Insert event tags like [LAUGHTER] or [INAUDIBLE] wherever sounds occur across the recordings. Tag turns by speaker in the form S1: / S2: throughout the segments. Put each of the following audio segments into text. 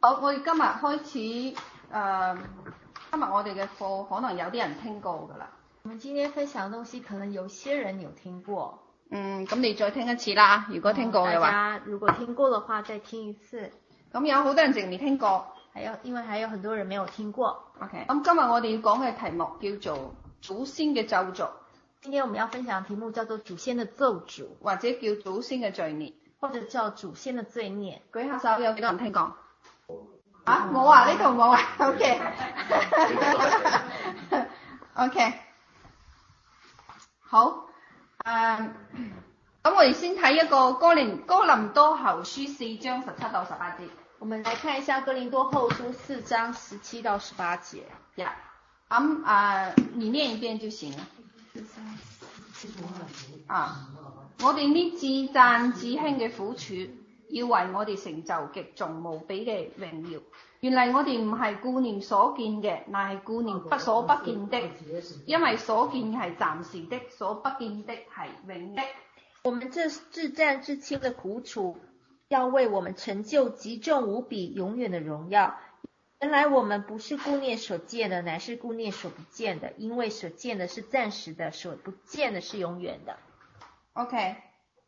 S1: 我我今日開始誒、呃今日我哋嘅課可能有啲人聽過㗎啦。
S2: 我们今天分享的东西，可能有些人有听过，
S1: 嗯，咁你再聽一次啦，如果聽過嘅
S2: 嗯
S1: 話，
S2: 大家如果听过的话，再听一次。
S1: 咁有好多人仲未聽過。
S2: 还有，因为还有很多人没有听过。
S1: OK，咁今日我哋要講嘅題目叫做祖先嘅咒詛，
S2: 今天我们要分享的题目叫做“祖先的咒诅
S1: 或者叫祖先嘅罪孽。”，
S2: 或者叫“祖先的罪孽
S1: 舉下手，有幾多人聽過？啊，冇啊，呢度冇啊。OK，OK，、OK 好。誒、咁我哋先睇一個哥林哥林多後書四章十七到十八節。”。
S2: 我们来看一下《哥林多后书》四章十七到十八节。
S1: 呀，咁啊，你念一遍就行了。啊，我哋呢至讚至輕嘅苦處，要為我哋成就極重無比嘅榮耀。原嚟我哋唔係顧念所見嘅，乃係顧念不所不見的，因為所見係暫時的，所不見的係永的。
S2: 我们这至战至轻的苦楚，要为我们成就极重无比、永远的荣耀。原来我们不是顾念所见的，乃是顾念所不见的，因为所见的是暂时的，所不见的是永远的。
S1: OK，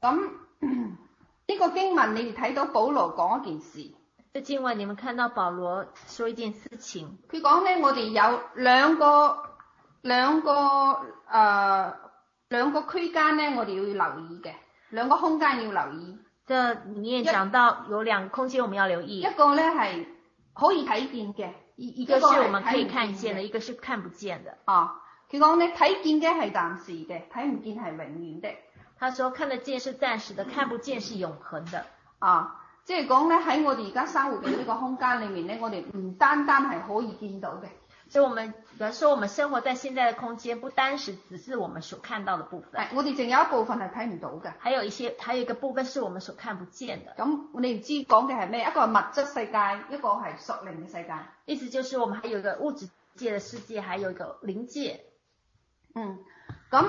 S1: 咁 [CLEARS THROAT] 呢個經文你哋睇到保羅講一件事。
S2: 这今晚你们看到保罗说一件事情，
S1: 佢講咧，我哋有兩個兩個誒、呃、兩個區間咧，我哋要留意嘅兩個空間要留意。
S2: 这里面讲到有两个空间我们要留意
S1: 一，個咧係可以睇見嘅，
S2: 一一
S1: 个
S2: 个
S1: 是
S2: 是
S1: 我
S2: 我
S1: 们
S2: 们
S1: 可
S2: 可
S1: 以
S2: 以
S1: 看
S2: 看
S1: 见
S2: 见
S1: 的
S2: 的，一个是看不见的。
S1: 啊，佢講咧睇見嘅係暫時嘅，睇唔見係永遠的
S2: 他说看得见是暂时的，看不见是永恒的。
S1: 啊。即係講咧喺我哋而家生活嘅呢個空間裏面咧，我哋唔單單係可以見到嘅，
S2: 所以，我们比方说，我们生活在现在的空间，不单是只是我们所看到的部分，
S1: 但我哋仲有一部分係睇唔到嘅。
S2: 还有一些，还有一个部分是我们所看不见的。
S1: 咁你唔知講嘅係咩？一個係物質世界，一個係屬靈嘅世界。
S2: 意思就是，我们还有一个物质界的世界，还有一个灵界。
S1: 嗯，咁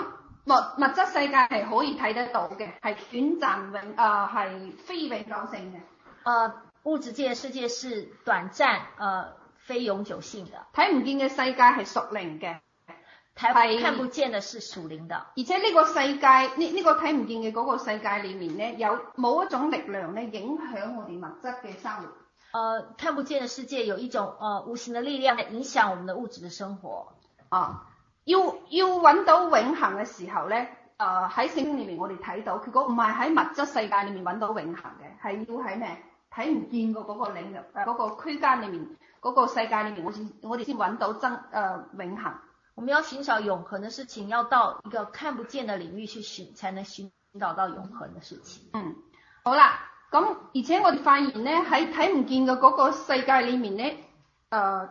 S1: 物物質世界係可以睇得到嘅，係短暫永啊係、非永久性嘅。
S2: 呃，物质界的世界是短暂，呃，非永久性的。
S1: 睇唔見嘅世界係屬靈嘅，
S2: 台
S1: 哎
S2: 看不見的是屬靈的，
S1: 而且呢個世界呢呢、個睇唔見嘅嗰個世界裡面咧，有冇一種力量咧影響我哋物質嘅生活？
S2: 呃，看不見的世界有一種呃無形的力量在影響我們的物質的生活。
S1: 啊，要要揾到永恆嘅時候咧，誒喺聖經裏面我哋睇到，佢嗰唔係喺物質世界裏面揾到永恆嘅，係要喺咩睇唔見嘅嗰個領域誒嗰、個區間裏面嗰、個世界裏面，我先我哋先揾到真誒、呃永恆。
S2: 我們要尋找永恆的事情，要到一個看不見的領域去尋，才能尋找到永恆的事情。
S1: 嗯，好啦，咁而且我哋發現咧喺睇唔見嘅嗰個世界裏面咧，誒、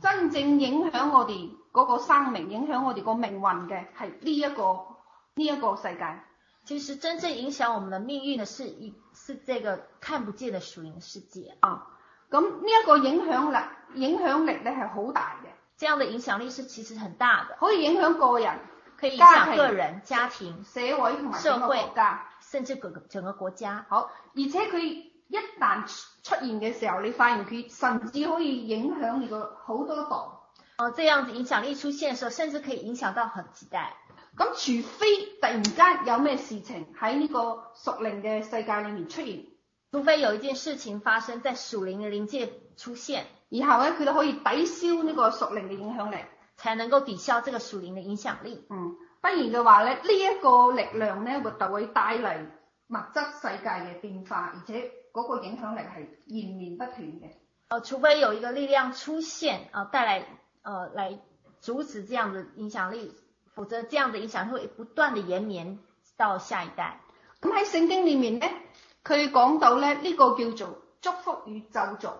S1: 真正影響我哋嗰個生命、影響我哋個命運嘅係呢一個呢一、個世界。
S2: 其實真正影響我們的命運的是一是這個看不見的屬靈世界，
S1: 啊，咁呢一個影響力影響力咧係好大嘅，
S2: 這樣的影響力是其實很大的，
S1: 可以影響個人、
S2: 可以影
S1: 家庭
S2: 響個人、家庭，
S1: 社會同埋整個國家。
S2: 甚至整個整個國家。
S1: 好，而且佢一旦出現嘅時候，你發現佢甚至可以影響你個好多代。
S2: 哦，這樣子影響力出現的時候，甚至可以影響到很幾代。
S1: 咁除非突然間有咩事情喺呢個屬靈嘅世界裏面出現，
S2: 除非有一件事情发生在属灵的灵界出现，
S1: 然後咧佢哋可以抵消呢個屬靈嘅影響力。
S2: 才能够抵消这个属灵的影响力。
S1: 嗯，不然嘅話咧，呢、一個力量咧會就會帶嚟物質世界嘅變化，而且嗰個影響力係延綿不斷嘅。
S2: 呃，除非有一个力量出现啊、呃带来呃来阻止这样的影响力，否则这样的影响力会不断的延绵到下一代。
S1: 咁喺聖經裡面咧，佢講到咧呢、個叫做祝福與咒詛。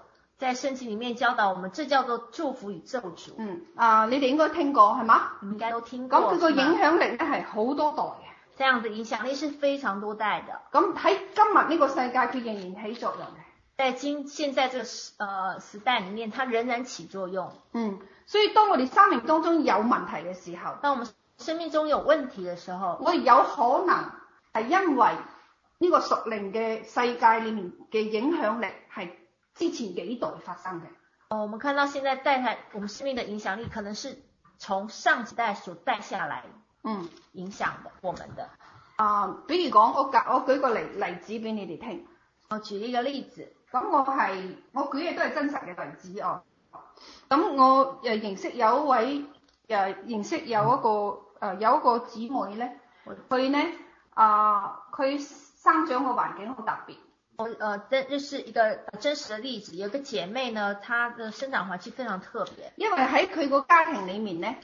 S2: 在圣经里面教导我们，这叫做祝福与咒诅，
S1: 嗯，啊、你哋應該聽過係嘛？
S2: 你们应该都听
S1: 咁
S2: 过。
S1: 佢個
S2: 是
S1: 影
S2: 吗
S1: 響力咧係好多代嘅。
S2: 这样的影响力是非常多代的，
S1: 咁喺今日呢個世界，佢仍然起作用嘅。
S2: 在今现在这个时呃时代里面，它仍然起作用。
S1: 嗯，所以當我哋生命當中有問題嘅時候，
S2: 当我们生命中有问题的时候，
S1: 我哋有可能係因為呢個屬靈嘅世界裏面嘅影響力係之前幾代發生嘅。
S2: 哦，我们看到现在带来我们生命的影响力，可能是从上几代所带下来
S1: 嗯，
S2: 影响的我们的。
S1: 啊、比如講，我舉我舉個例例子俾你哋聽。
S2: 我呃举一个例子，
S1: 咁我係我舉嘅都係真實嘅例子哦。咁我誒認識有一位誒認識有一個誒、呃有一個姊妹咧，佢咧啊佢生長嘅環境好特別，
S2: 我呃，这这是一个呃真实的例子。有一个姐妹呢，她的生长环境非常特别，
S1: 因為喺佢個家庭裡面咧，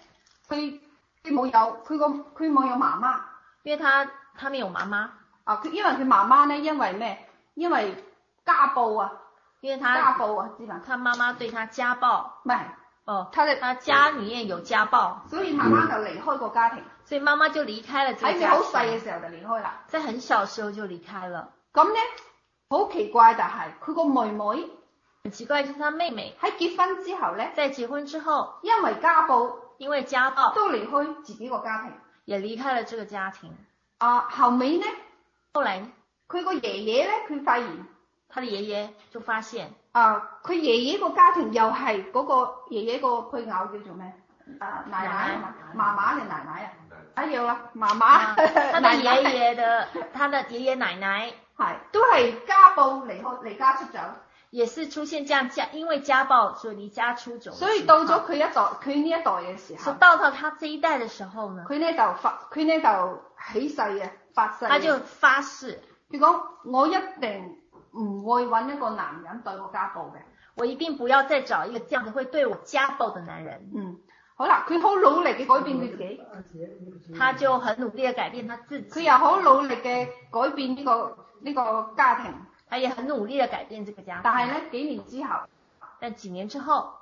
S1: 佢佢冇有佢個佢冇有媽媽
S2: 因为她她没有妈妈，
S1: 啊，佢因為佢媽媽咧因為咩？因為家暴啊，
S2: 因为
S1: 家
S2: 她
S1: 暴啊，知嘛？
S2: 她妈妈对她家暴，
S1: 唔係，
S2: 哦、
S1: 他哋
S2: 她家里面有家暴，
S1: 所以媽媽就離開個家庭，
S2: 所以妈妈就离开了这
S1: 喺
S2: 个
S1: 佢
S2: 家
S1: 好細嘅
S2: 庭，
S1: 時候就離開啦。
S2: 在很小的时候就离开了。
S1: 咁咧好奇怪，但係佢個妹妹
S2: 很奇怪，就是她妹妹
S1: 喺結婚之後咧，
S2: 在结婚之后，
S1: 因為家暴
S2: 因为家暴
S1: 都離開自己個家庭。
S2: 也离开了这个家庭。
S1: 啊，後尾咧，
S2: 后來，
S1: 佢個爺爺咧，佢發現
S2: 她的爷爷就发现，
S1: 啊，佢爺爺個家庭又係嗰個爺爺個配偶叫做咩？啊，奶奶係嘛嫲嫲定奶奶啊？一樣啦，嫲 [LAUGHS]
S2: 啊
S1: 嫲
S2: 她
S1: 奶
S2: 的
S1: 奶
S2: 爷爷的，她的爷爷奶奶
S1: 係都係家暴離開離家出走，
S2: 也是出现这样家，因为家暴所以离家出走的情
S1: 所
S2: 况。
S1: 以到咗佢一代佢呢一代嘅時
S2: 嗯
S1: 候
S2: 所以，到到他这一代的时候呢，
S1: 佢咧就發佢咧就起誓嘅發誓嘅。
S2: 他就发誓，
S1: 佢講：我一定唔會揾一個男人對我家暴嘅。
S2: 我一定不要再找一个这样子会对我家暴的男人。
S1: 嗯，好啦，佢好努力嘅改變佢自
S2: 嗯
S1: 己，嗯
S2: 他就很努力的改变他自
S1: 佢
S2: 己，
S1: 又好努力嘅改變呢、個呢、個家庭。
S2: 他也很努力的改變這個家。
S1: 但係，咧幾年之後，
S2: 但幾年之後，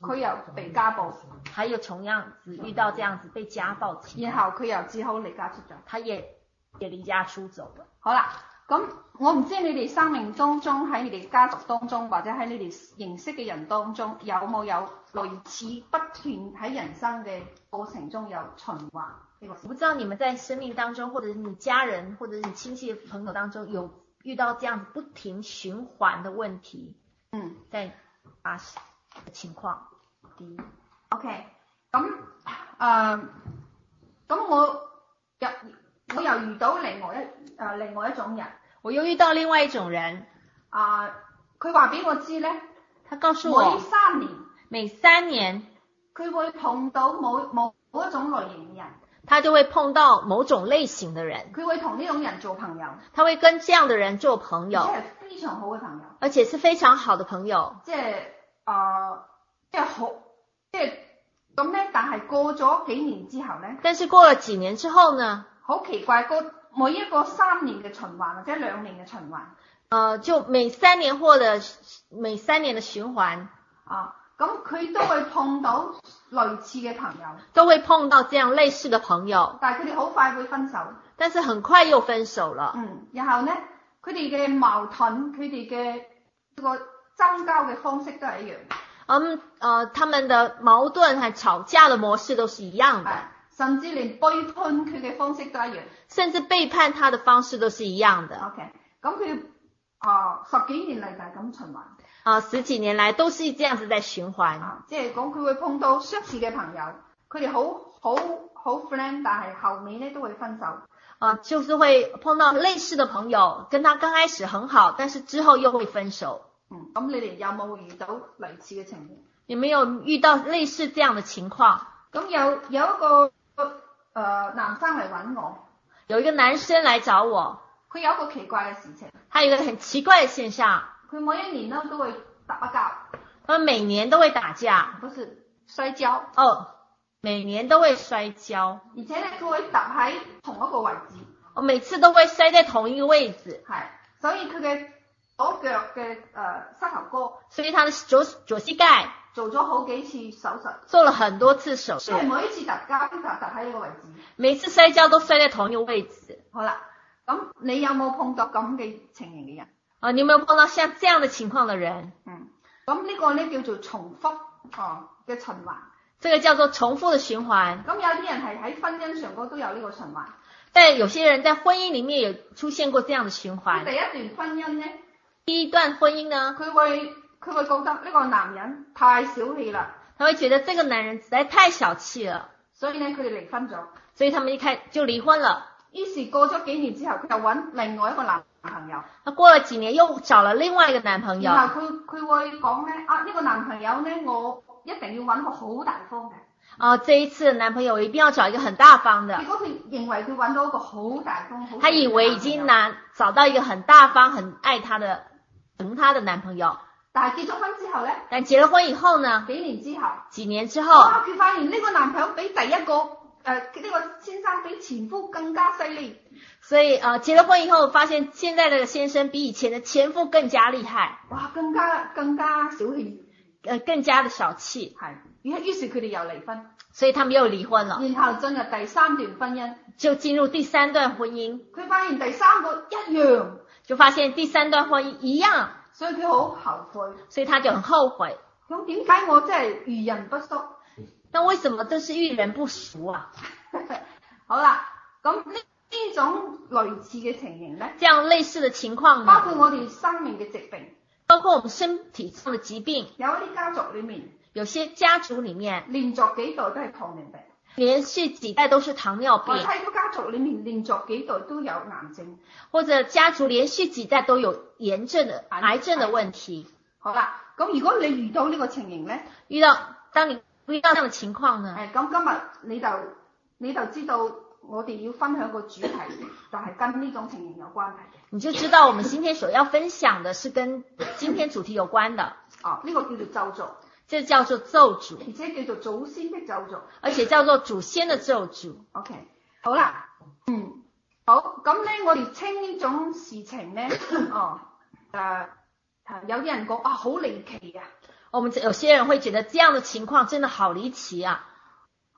S1: 佢又被家暴，
S2: 他又同樣子遇到這樣子被家暴期，
S1: 然後佢又只好離家出走。
S2: 他也也離家出走了。
S1: 好啦，咁我唔知你哋生命當中喺你哋家族當中，或者喺你哋認識嘅人當中，有冇有類似不斷喺人生嘅過程中有循環呢個事？
S2: 我不知道你們在生命當中，或者是你家人，或者是你親戚朋友當中，有遇到這樣子不停循環的問題
S1: 嗯。
S2: 在发生的情況。
S1: OK，咁誒，呃咁、我又我又遇到另外一誒、呃另外一種人
S2: 我又遇到另外一種人，
S1: 啊，佢話俾我知咧，啊
S2: 他告訴
S1: 每
S2: 我，
S1: 三年
S2: 每三年
S1: 佢會碰到某某某一種類型嘅人，
S2: 他就會碰到某種類型的人，
S1: 佢會同呢種人做朋友，
S2: 他會跟這樣的人做朋
S1: 即
S2: 友，
S1: 係非常好嘅朋友，
S2: 而且是非常好的朋友。
S1: 即係誒、呃即係好，即係咁咧。但係過咗幾年之後咧，
S2: 但是過了幾年之後呢，
S1: 好奇怪，個每一個三年嘅循環或者兩年嘅循環。
S2: 呃，就每三年或者每三年的循環
S1: 啊，咁佢都會碰到類似嘅朋友，
S2: 都會碰到這樣類似的朋友，
S1: 但係佢哋好快會分手。
S2: 但是很快又分手了。
S1: 嗯，然後呢，佢哋嘅矛盾，佢哋嘅個爭交嘅方式都係一樣，
S2: 嗯呃，他們的矛盾和吵架的模式都是一樣的，
S1: 啊，甚至連背叛佢嘅方式都一樣。
S2: 甚至背叛他的方式都是一樣的。
S1: OK，咁佢啊十幾年嚟就係咁循環
S2: 啊、十幾年來都是這樣子在循環。
S1: 啊，即係講佢會碰到相似嘅朋友，佢哋好好好 friend，但係後面呢都會分手。
S2: 啊，就是会碰到类似的朋友，跟他刚开始很好，但是之后又會分手。
S1: 嗯，咁你哋有冇遇到類似嘅情況？
S2: 你們有遇到類似這樣的情況？
S1: 咁有有一個誒、呃男生嚟揾我，
S2: 有一個男生來找我，
S1: 佢有一個奇怪嘅事情，
S2: 他有一個很奇怪的現象，
S1: 佢每一年咧都會打交，
S2: 他們每年都會打架，
S1: 不是摔跤，
S2: 哦，每年都會摔跤，
S1: 而且咧佢會搭喺同一個位置，
S2: 我哦每次都會摔在同一個位置，
S1: 係，所以佢嘅左腳嘅誒膝頭哥
S2: 所以他的左左膝蓋
S1: 做咗好幾次手術，
S2: 做了很多次手
S1: 因為
S2: 術，
S1: 每一次搭交都搭搭喺呢個位置。
S2: 每次摔跤都摔在同一個位置。
S1: 好啦，咁你有冇碰到咁嘅情形嘅人？
S2: 啊，你有沒有碰到像這樣的情況的人？
S1: 嗯，咁呢個咧叫做重複哦嘅循環。
S2: 這個叫做重複的循環。
S1: 咁有啲人係喺婚姻上高都有呢個循環。
S2: 但有些人在婚姻里面有出現過這樣的循
S1: 佢
S2: 環。
S1: 第一段婚姻咧，
S2: 第一段婚姻呢，
S1: 佢會佢會覺得呢個男人太小氣啦，
S2: 他会觉得这个男人实在太小气了，
S1: 所以咧佢哋離婚咗。
S2: 所以他们一开就离婚了。
S1: 於是過咗幾年之後，佢又揾另外一個男朋友，
S2: 他过了几年又找了另外一个男朋友，
S1: 然後佢佢會講咧啊呢、個男朋友咧，我一定要揾個好大方嘅。
S2: 哦，这一次男朋友一定要找一个很大方的
S1: 結。果佢認為佢揾到一個好大方，好
S2: 她以为已经，拿找到一个很大方、很爱她的、疼她的男朋友，
S1: 但係結咗婚之後咧，
S2: 但结了婚以后呢？
S1: 幾年之後，
S2: 几年之后，
S1: 哇！佢發現呢個男朋友比第一個呃誒呢、個先生比前夫更加犀利。
S2: 所以呃，结了婚以后发现现在的先生比以前的前夫更加厉害，
S1: 哇，更加更加小氣，
S2: 呃，更加的小气，
S1: 係。於於是佢哋又離婚，
S2: 所以他们又离婚了，
S1: 然後進入第三段婚姻。
S2: 就进入第三段婚姻，
S1: 佢發現第三個一樣，
S2: 就发现第三段婚姻一样，
S1: 所以佢好後悔。
S2: 所以他就很后悔。
S1: 咁點解我真係遇人不淑？ [LAUGHS]
S2: 那为什么真是遇人不淑啊？
S1: 好啦，咁呢呢種類似嘅情形呢，
S2: 这样类似的情况
S1: 包
S2: 呢，
S1: 括我哋生命嘅疾病，
S2: 包括我们身体上的疾病，
S1: 有一啲家族裡面
S2: 有些家族里面
S1: 連續幾代都係糖尿病，
S2: 连续几代都是糖尿病
S1: 我，睇到家族裡面連續幾代都有癌症。
S2: 或者家族连续几代都有炎症的
S1: 癌
S2: 癌症的问题。
S1: 好啦，咁如果你遇到呢個情形呢，
S2: 遇到当你遇到这样的情况呢，
S1: 誒咁今日你就你就知道我哋要分享個主題，就係跟呢種情形有關係嘅。
S2: 你就知道我们今天所要分享的是跟今天主题有关的，
S1: 哦，呢、個叫做咒詛，
S2: 这叫做咒诅，
S1: 而且叫做祖先的咒詛。
S2: 而且叫做祖先的咒诅。
S1: OK，好啦，嗯，好，咁咧，我哋稱呢種事情咧，哦，誒、有啲人講啊，好離奇啊！
S2: 我们有些人会觉得这样的情况真的好离奇啊！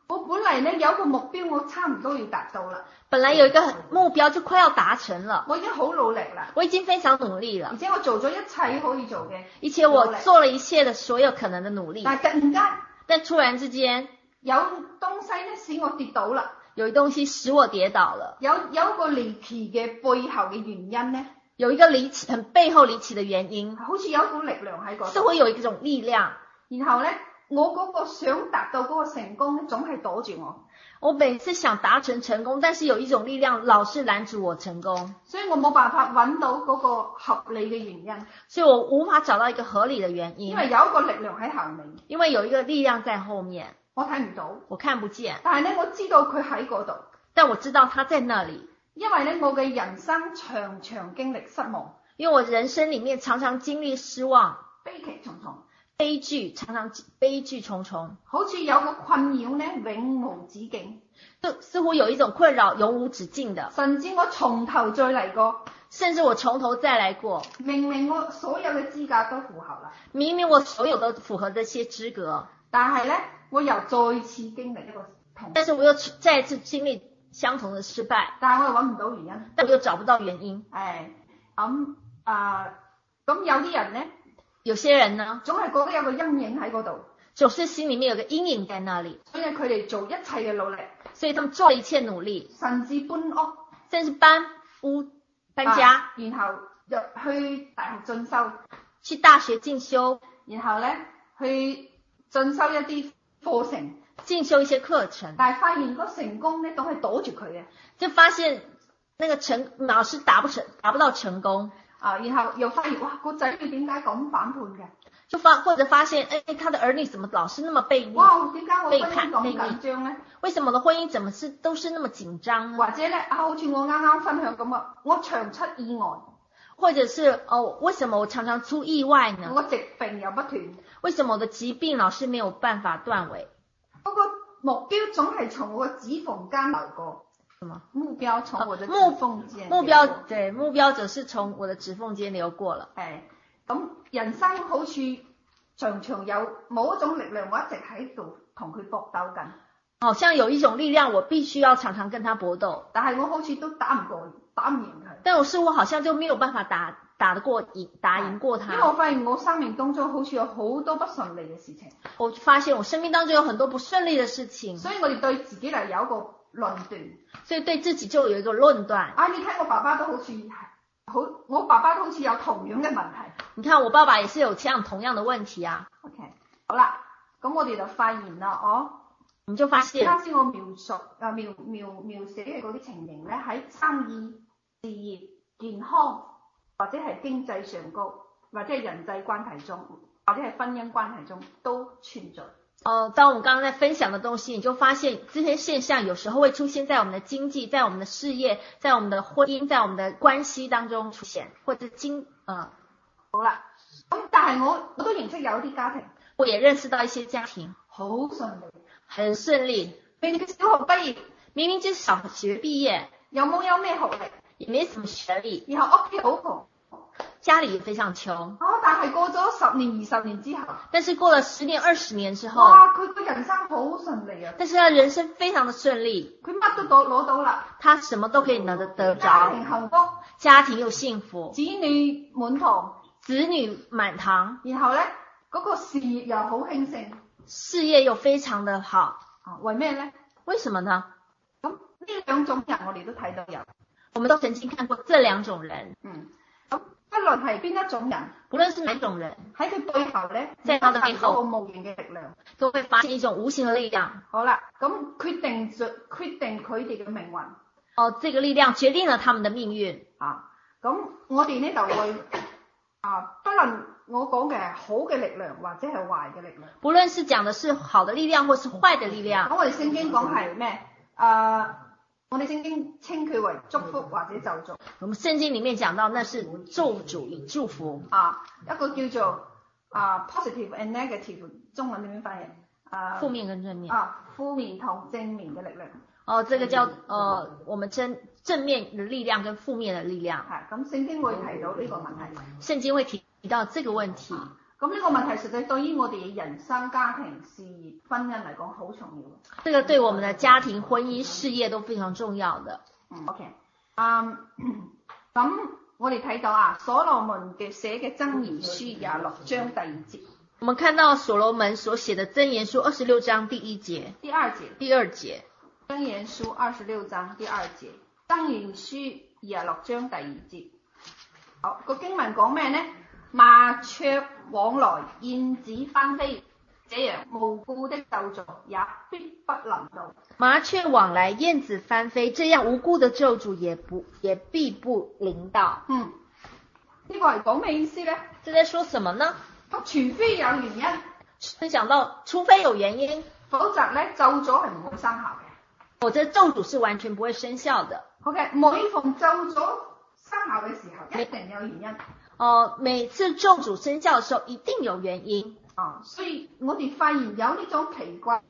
S1: 我本嚟咧有一個目標，我差唔多要達到啦，
S2: 本来有一个目标就快要达成了，
S1: 我已經好努力啦，
S2: 我已经非常努力
S1: 而
S2: 了，
S1: 且我做咗一切可以做嘅，
S2: 而且我做了一切的所有可能的努力，
S1: 但係突然間
S2: 但突然之间
S1: 有東西咧使我跌倒啦，
S2: 有一东西使我跌倒了。
S1: 有有一個離奇嘅背後嘅原因咧，
S2: 有一个离奇、很背后离奇的原因，
S1: 好似有一股力量喺嗰
S2: 是
S1: 度，
S2: 会有一种力量。
S1: 然後咧，我嗰個想達到嗰個成功咧，總係躲住我。
S2: 我每次想达成成功，但是有一种力量老是拦阻我成功，
S1: 所以我冇辦法揾到嗰個合理嘅原因，
S2: 所以我无法找到一个合理的原因
S1: 因，為有一個力量喺後面，
S2: 因为有一个力量在后面，
S1: 我睇唔到，
S2: 我看不见，
S1: 但係咧我知道佢喺嗰度，
S2: 但我知道它在那里。
S1: 因為咧我嘅人生長長經歷失望、
S2: 因为我人生里面常常经历失望、
S1: 悲劇重重，
S2: 悲剧，常常悲剧重重，
S1: 好似有個困擾咧永無止境，
S2: 就似乎有一种困扰永无止境的，
S1: 甚至我從頭再嚟過，
S2: 甚至我从头再来过。
S1: 明明我所有嘅資格都符合啦，
S2: 明明我所有都符合这些资格，
S1: 但係咧我又再次經歷一個同，
S2: 但是我又再次经历相同的失败。
S1: 但係我又揾唔到原因，
S2: 但我又找不到原因。
S1: 誒咁啊咁有啲人咧
S2: 有些人呢，
S1: 總係覺得有個陰影喺嗰度。
S2: 总是心里面有个阴影在那里，
S1: 所以佢哋做一切嘅努力，
S2: 所以他们做了一切努力，
S1: 甚至搬屋、
S2: 甚至搬屋、搬家、
S1: 啊然後入去大學進修，
S2: 去大学进修、
S1: 然後咧去進修一啲課程，
S2: 进修一些课程，
S1: 但係發現個成功咧都係躲住佢嘅，
S2: 就发现那个成老师达不成，达不到成功，
S1: 啊，然後又發現哇個仔女點解咁反叛嘅？
S2: 就发或者发现，哎，他的儿女怎么老是那么被虐？
S1: 哇，點解我婚
S2: 嗯被看
S1: 姻
S2: 被
S1: 咁
S2: 逆
S1: 緊張咧？
S2: 为什么我的婚姻怎么是都是那么紧张呢？
S1: 或者咧啊，好似我啱啱分享咁啊，我長出意外，
S2: 或者是哦，为什么我常常出意外呢？
S1: 我疾病又不斷，
S2: 为什么我的疾病老是没有办法断尾？
S1: 嗰、個目標總係從我嘅指縫間流過，
S2: 什么？
S1: 目標從我嘅指
S2: 啊目
S1: 縫間
S2: 目
S1: 流
S2: 标
S1: 過
S2: 对目标者是从我的指缝间流过了，
S1: 誒，咁人生好處常常有冇一種力量，我一直喺度同佢搏鬥緊，
S2: 好像有一种力量，我必须要常常跟他搏斗，
S1: 但係我好似都打唔過，打唔贏佢。
S2: 但我似乎好像就没有办法打打得过赢打赢过
S1: 因為我
S2: 他。
S1: 發現我生命當中好似有好多不順利嘅事情，
S2: 我发现我生命当中有很多不顺利的事情，
S1: 所以我哋對自己嚟有一個論斷。
S2: 所以对自己就有一个论断。
S1: 啊，你睇我爸爸都好似好，我爸爸都好似有同樣嘅問題，
S2: 你看我爸爸也是有这样同样的问题啊，
S1: OK，好啦，咁我哋就發現啦，哦。
S2: 我们就发
S1: 而
S2: 现
S1: 家先我描述啊描描描寫嘅嗰啲情形咧，喺生意、事業、健康或者係經濟上高，或者係人際關係中，或者係婚姻關係中都存在。
S2: 呃，当我们刚刚在分享的东西，你就发现这些现象有时候会出现在我们的经济、在我们的事业、在我们的婚姻、在我们的关系当中出现，或者经呃，
S1: 好啦，咁但係我我都認識有啲家庭
S2: 我也认识到一些家庭
S1: 好順利，
S2: 很順利，
S1: 明明小學畢業，
S2: 明明就是小学毕业，
S1: 又冇有咩學歷，
S2: 也没什么学历，
S1: 然後屋企好窮，
S2: 家里也非常穷，
S1: 啊！但係過咗十年二十年之後，
S2: 但是过了十年、二十年之后，
S1: 哇！佢個人生好順利啊，
S2: 但是他人生非常的顺利，
S1: 佢乜都攞攞到啦，
S2: 他什么都可以拿得得
S1: 家
S2: 着
S1: 庭，幸福，
S2: 家庭又幸福，
S1: 子女滿堂。
S2: 子女满堂，
S1: 然後咧，嗰、個事業又好興盛
S2: 事业又非常的好，
S1: 啊！為咩咧？
S2: 为什么呢？
S1: 咁呢兩種人我哋都睇到有，
S2: 我们都曾经看过这兩種人，
S1: 嗯，咁不論係邊一種人，
S2: 不论是哪種人，
S1: 喺佢背後咧，
S2: 即係我哋背後
S1: 有一個無形嘅力量。
S2: 都会发现一种无形的力量。
S1: 好啦，咁決定咗決定佢哋嘅命運
S2: 哦，这个力量决定了他们的命运。
S1: 啊！咁我哋咧就會啊，不論我講嘅好嘅力量或者係壞嘅力量，
S2: 不论是讲的是好的力量，或是坏的力量，
S1: 咁我哋聖經講係咩？啊，我哋聖經稱佢為祝福或者咒詛。
S2: 我们圣经里面讲到那是咒诅与祝福，
S1: 啊，一個叫做啊 positive and negative，中文點樣翻譯？啊
S2: 负面跟正面。
S1: 啊負面同正面嘅力量，
S2: 哦，这个叫呃，我们正正面的力量跟负面的力量，
S1: 係咁聖經會提到呢個問題。
S2: 圣经会提提到这个問題。
S1: 咁呢個問題實際對於我哋嘅人生、家庭、事業、婚姻嚟講好重要。
S2: 这个对我们的家庭、婚姻、事业都非常重要的。
S1: 嗯，OK，啊、咁我哋睇到啊，所羅門嘅寫嘅箴言書廿六章第二節、
S2: 我们看到所罗门所写的《箴言书》二十六章第一节、
S1: 第二節。
S2: 第二节，
S1: 箴言書二十六章第二節，箴言書二十六章第二節。好，個經文講咩呢？麻雀往來，燕子翻飛，這樣無故的咒詛也必不臨到。
S2: 麻雀往来，燕子翻飞，这样无故的咒诅也不也必不临到。
S1: 嗯，呢、個係講咩意思呢？
S2: 这在说什么呢？
S1: 咁除非有原因，
S2: 是讲到，除非有原因，
S1: 否則咧咒詛係唔會生效嘅。
S2: 否则咒诅是完全不会生效的。
S1: OK，每逢咒詛生效嘅時候，一定有原因。
S2: 哦，每次咒诅生效的时候，一定有原因。
S1: 啊，所以我哋發現有呢種奇怪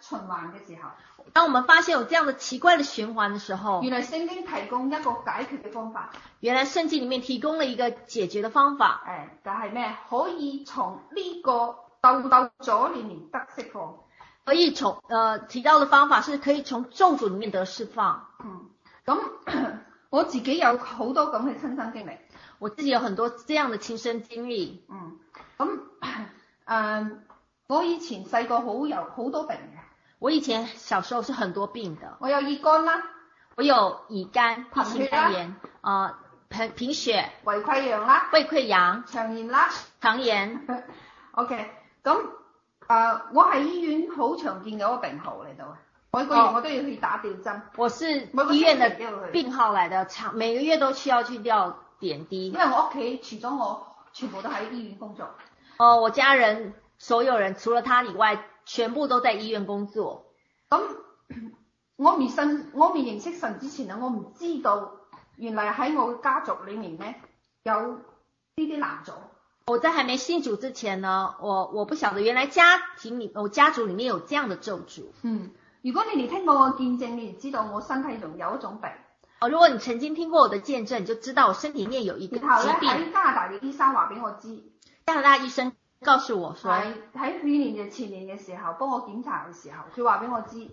S1: 循環嘅時候。
S2: 当我们发现有这样的奇怪的循环的时候，
S1: 原來聖經提供一個解決嘅方法，
S2: 原来圣经里面提供了一个解决的方法，
S1: 誒、就係、咩？可以從呢個鬥鬥咗裡面得釋放。
S2: 可以从呃提到的方法是可以从咒诅里面得释放。
S1: 嗯，咁我自己有好多咁嘅親身經歷。
S2: 我自己有很多这样的亲身经历。
S1: 嗯，咁誒、我以前細個好有好多病嘅，
S2: 我以前小时候是很多病的，
S1: 我有熱乾啦、
S2: 我有乙肝、
S1: 貧
S2: 乙型
S1: 血
S2: 肝
S1: 啊
S2: 炎、呃贫贫血、
S1: 胃潰瘍啦、
S2: 胃溃疡、
S1: 腸炎啦。
S2: 肠炎。
S1: OK，咁誒、我喺醫院好常見嘅一個病號嚟到嘅，每個月
S2: 哦
S1: 我都要去打吊針，
S2: 我是
S1: 每個
S2: 医院啊
S1: 星期
S2: 的
S1: 都要去。
S2: 病号来的，常每个月都需要去吊点滴
S1: 因。為我屋企除咗我，全部都喺醫院工作。
S2: 哦，我家人所有人除了他以外，全部都在医院工作。
S1: 咁我未信，我未認識神之前啊，我唔知道原來喺我嘅家族裏面咧有呢啲難阻。
S2: 我在还没信主之前呢，我我不晓得原来家庭里我家族里面有这样的咒诅。
S1: 嗯，如果你哋聽過我嘅見證，你哋知道我身體仲有一種病，
S2: 哦，如果你曾经听过我的见证，你就知道我身体里面有一个
S1: 然後
S2: 疾
S1: 咧
S2: 病。
S1: 喺加拿大嘅醫生話俾我知，
S2: 加拿大医生告诉我说，
S1: 喺喺去年嘅前年嘅時候幫我檢查嘅時候，佢話俾我知，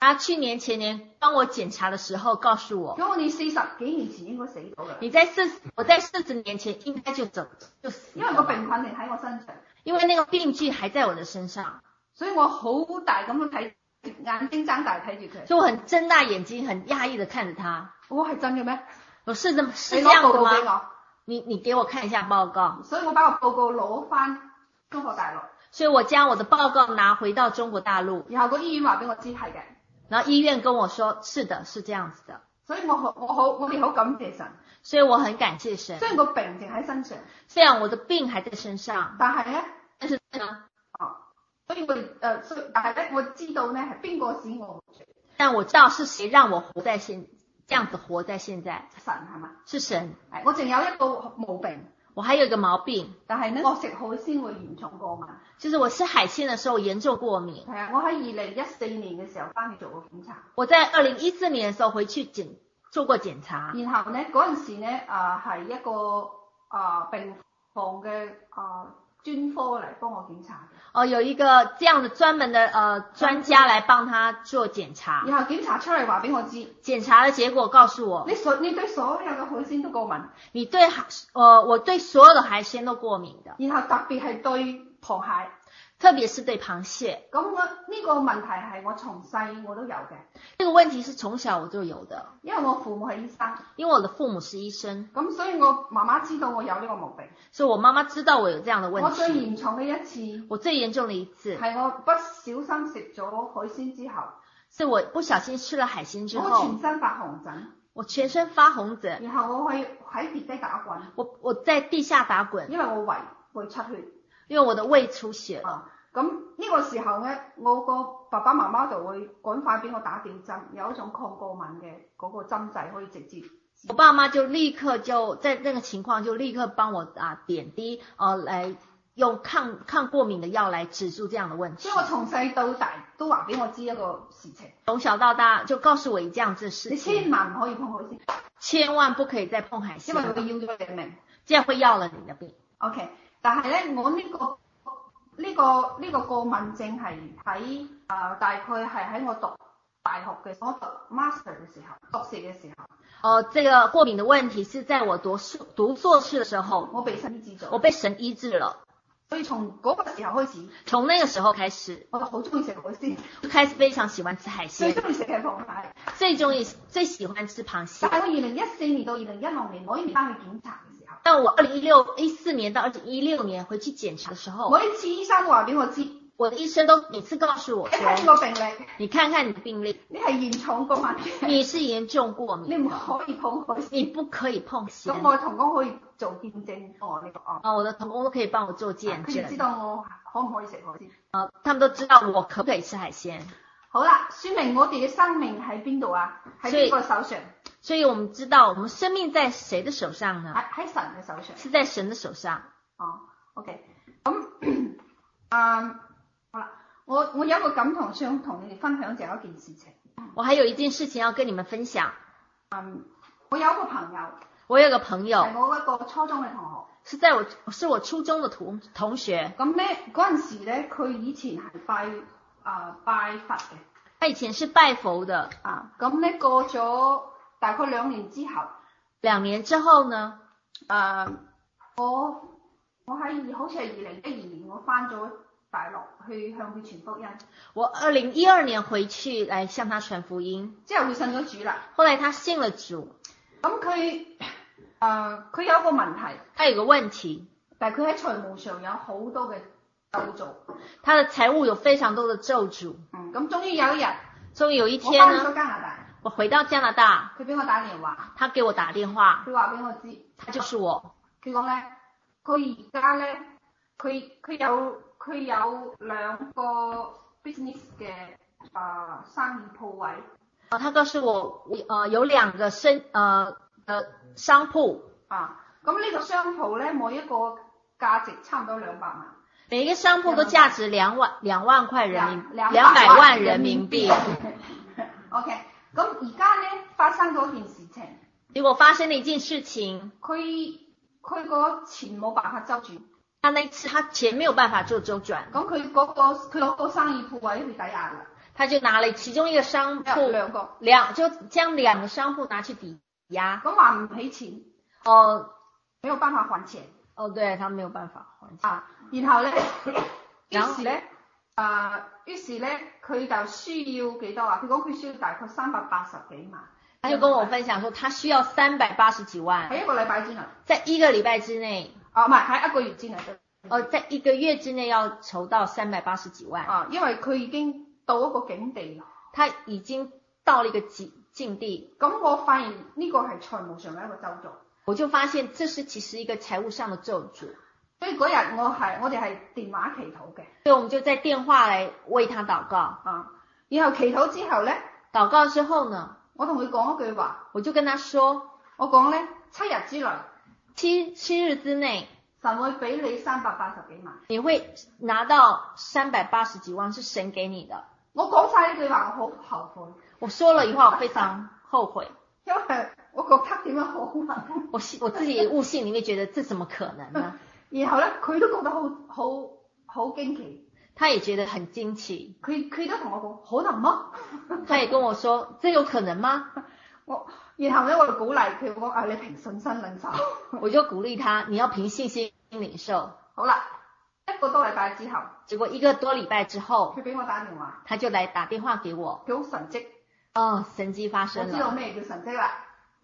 S2: 他去年前年帮我检查的时候告诉我，
S1: 咁我哋四十幾年前應該死到啦，
S2: 你在四十我在四十年前应该就走就死
S1: 因為個
S2: 了，
S1: 病菌嚟喺我身上。
S2: 因为那个病菌还在我的身上，
S1: 所以我好大咁樣睇，眼睛睜大睇住佢。
S2: 所以我很睁大眼睛，很讶异的看着他。哎
S1: 我係真嘅咩？
S2: 我是这么是
S1: 你
S2: 这
S1: 攞
S2: 样
S1: 報
S2: 的
S1: 告俾
S2: 吗？
S1: 我。
S2: 你你给我看一下报告。
S1: 所以我把個報告攞翻中國大陸，
S2: 所以我将我的報告拿回到中國大陸，
S1: 然後個醫院話俾我知係嘅。
S2: 然後醫院跟我說是的，是這樣子的。
S1: 所以我好我好我哋好感謝神，
S2: 所以我很感謝神，
S1: 雖然個病情喺身上，
S2: 雖然我的病還在身上，
S1: 但係咧
S2: 但是呢，
S1: 哦，所以我哋誒、呃所以但係咧我知道咧係邊個使我
S2: 但我知道是誰讓我活在現這樣子活在現在，
S1: 神係嘛？
S2: 是神。
S1: 係我仲有一個毛病，
S2: 我還有一個毛病，
S1: 但係咧我食海鮮會嚴重過敏。
S2: 就是我吃海鮮的時候嚴重過敏。
S1: 係啊，我喺二零一四年嘅時候翻去做過檢查，
S2: 我在二零一四年的時候回去檢做過檢查，
S1: 然後咧嗰陣時咧啊係一個啊、病房嘅啊、專科嚟幫我檢查
S2: 哦，有一個這樣的專門的呃專家來幫他做檢查
S1: 嘅，，然後檢查出嚟話俾我知，你
S2: 檢查的結果告訴我，
S1: 所你對所有嘅海鮮都過敏，
S2: 你對海呃我對所有的海鮮都過敏的，
S1: 然後特別係對螃蟹。
S2: 特別是對螃蟹。
S1: 咁我呢個問題係我從細我都有嘅，
S2: 這個問題是從小我就有的，
S1: 因為我父母係醫生，
S2: 因為我的父母是醫生，
S1: 咁所以我媽媽知道我有呢個毛病。
S2: 所以我媽媽知道我有這樣的
S1: 我
S2: 問
S1: 最
S2: 題。
S1: 嚴重嘅一次
S2: 我最嚴重的一次
S1: 係我不小心食咗海鮮之後，
S2: 是我不小心吃了海鮮之
S1: 我
S2: 後，
S1: 全身發紅疹，
S2: 我全身發紅疹，
S1: 然後我去喺地底打滾，
S2: 我我在地下打滾，
S1: 因為我胃會出血
S2: 因為我的胃出血了。
S1: 啊。咁呢個時候咧，我個爸爸媽媽就會趕快俾我打吊針，有一種抗過敏嘅嗰個針劑可以直接。
S2: 我爸媽就立刻就在那個情況就立刻幫我啊點滴，呃，來用抗抗過敏的藥來止住这樣的問題
S1: 所以。我從細到大都話俾我知一個事情：
S2: 從小到大就告訴我一這樣子的事
S1: 你
S2: 情，
S1: 千萬唔可以碰海鮮，
S2: 千萬不可以再碰海鮮
S1: 因為佢
S2: 了，
S1: 要咗你嘅命。
S2: 這樣會要了你的命。
S1: OK，但係咧，我呢、個呢、個呢、個過敏症係喺啊，大概係喺我讀大學嘅，我讀 master 嘅時候，碩士嘅時候，
S2: 呃，這個過敏的問題是在我讀碩讀碩士的時候，
S1: 我被神醫治
S2: 我
S1: 咗，
S2: 被神醫治了。
S1: 所以從嗰個時候開始，
S2: 從那個時候開始，
S1: 我好中意食海鮮，
S2: 就開始非常喜歡吃海
S1: 最
S2: 鮮，
S1: 中意食嘅螃蟹。
S2: 最中意最喜歡吃螃蟹
S1: 但。係我二零一四年到二零一六年，我一年翻去檢查嘅時候，
S2: 但我二零一六一四年到二零一六年回去檢查的時候，
S1: 每一次醫生都話俾我知，你
S2: 我的醫生都每次告訴我
S1: 睇呢 [LAUGHS]
S2: 說，
S1: 個病歷，
S2: 你看看你的病歷，
S1: 你係嚴重過敏嘅，
S2: 你是嚴重過
S1: 你
S2: 敏
S1: 唔
S2: 的，
S1: 可以碰海鮮。
S2: 你不可以碰
S1: 咁
S2: 鹹。
S1: 我同工可以做見證我呢個案，
S2: 啊，我的同工都可以幫我做見
S1: 啊佢哋知
S2: 證，
S1: 道我可唔可以食海鮮。
S2: 啊，他們都知道我可不可以吃海鮮，
S1: 好啦，說明我哋嘅生命喺邊度啊？喺邊個手上？
S2: 所以我們知道我們生命在誰的手上呢？
S1: 喺喺神嘅手上。
S2: 是在神的手上。
S1: 哦，OK，咁啊、好啦，我我有一個感同想同你哋分享就有一件事情。
S2: 我還有一件事情要跟你們分享，
S1: 嗯我有一個朋友
S2: 我有個朋友
S1: 係我一個初中嘅同學，
S2: 是在我是我初中的同同學，
S1: 咁咧嗰陣時咧，佢以前係拜啊、拜佛嘅，
S2: 他以前是拜佛的，
S1: 啊咁咧過咗大概兩年之後，
S2: 兩年之後呢，
S1: 啊、
S2: 嗯
S1: 我我喺好似係二零一二年，我翻咗大陸去向佢傳福音。
S2: 我二零一二年回去來向他傳福音，
S1: 之後佢信咗主啦。
S2: 後來他信了主，
S1: 咁佢誒佢有一個問題，
S2: 他有個問題，
S1: 但係佢喺財務上有好多嘅構造。
S2: 他的財務有非常多的咒詛。
S1: 嗯，咁終於有一日，
S2: 終於有一
S1: 我
S2: 天啊
S1: 翻
S2: 呢，
S1: 咗加拿大，
S2: 我回到加拿大，
S1: 佢俾我打電話，
S2: 他給我打電話，
S1: 佢話俾我知，
S2: 他就是我，
S1: 佢講咧，佢而家咧，佢佢有佢有兩個 business 嘅誒、呃生意鋪位，
S2: 呃、他告訴我，我呃有兩個生呃呃商鋪，
S1: 啊，咁呢個商鋪咧，每一個價值差唔多兩百萬。
S2: 每一個商鋪都價值兩萬兩萬塊人民
S1: 兩
S2: 兩百萬
S1: 萬
S2: 人民幣。
S1: [LAUGHS] OK，咁而家咧發生咗件事情，
S2: 結果發生了一件事情，
S1: 佢佢個錢冇辦法周轉，
S2: 他那次他錢沒有辦法做周轉，
S1: 咁佢嗰個佢攞個生意鋪位去抵押啦，
S2: 他就拿了其中一個商
S1: 有
S2: 鋪
S1: 兩個，
S2: 兩就將兩個商鋪拿去抵押。
S1: 咁話唔起錢，
S2: 哦
S1: 沒有辦法還錢
S2: 哦，對他沒有辦法還錢。
S1: 啊，然後咧，於
S2: [COUGHS] 然後
S1: 是咧，啊、於是咧，佢就需要幾多啊？佢講佢需要大概三百八十幾萬，
S2: 他就跟哎我分享说，他需要三百八十幾萬，
S1: 喺一個禮拜之內，
S2: 在一個禮拜之內，
S1: 啊唔係喺一個月之內得。
S2: 呃，在一個月之內要籌到三百八十幾萬。
S1: 啊，因為佢已經到一個境地，
S2: 他已經到了一個境境地，
S1: 咁我發現呢個係財務上嘅一個周助。
S2: 我就發現這是其實一個財務上的咒詛，
S1: 所以嗰日我係我哋係電話祈禱嘅，
S2: 所以我們就在電話來為他禱告。
S1: 啊，然後祈禱之後咧，
S2: 禱告之後呢，
S1: 我同佢講一句話，
S2: 我就跟他說，
S1: 我講咧七日之內
S2: 七七日之內
S1: 神會俾你三百八十幾萬。
S2: 你會拿到三百八十幾萬，是神給你的。
S1: 我講晒呢句話，我好後悔，
S2: 我說了以後，我非常後悔，
S1: 因為我覺得點樣好啊。 [LAUGHS]
S2: 我信我自己悟性裡面覺得這怎麼可能呢？
S1: 然後咧，佢都覺得好好好驚奇，
S2: 他也覺得很驚奇，
S1: 佢佢都同我講啊可能麼？
S2: 他也跟我說：“這有可能嗎
S1: 我然後咧，我就鼓勵佢講啊，你憑信心領受。？”
S2: 我就鼓勵他：“你要憑信心領受。
S1: 好啦，一個多禮拜之後，”
S2: 結果一個多禮拜之後，
S1: 佢俾我打電話，
S2: 他就來打電話給我。
S1: 佢好神蹟，
S2: 嗯，神蹟發
S1: 我
S2: 生
S1: 知道
S2: 了，
S1: 咩叫神蹟啦。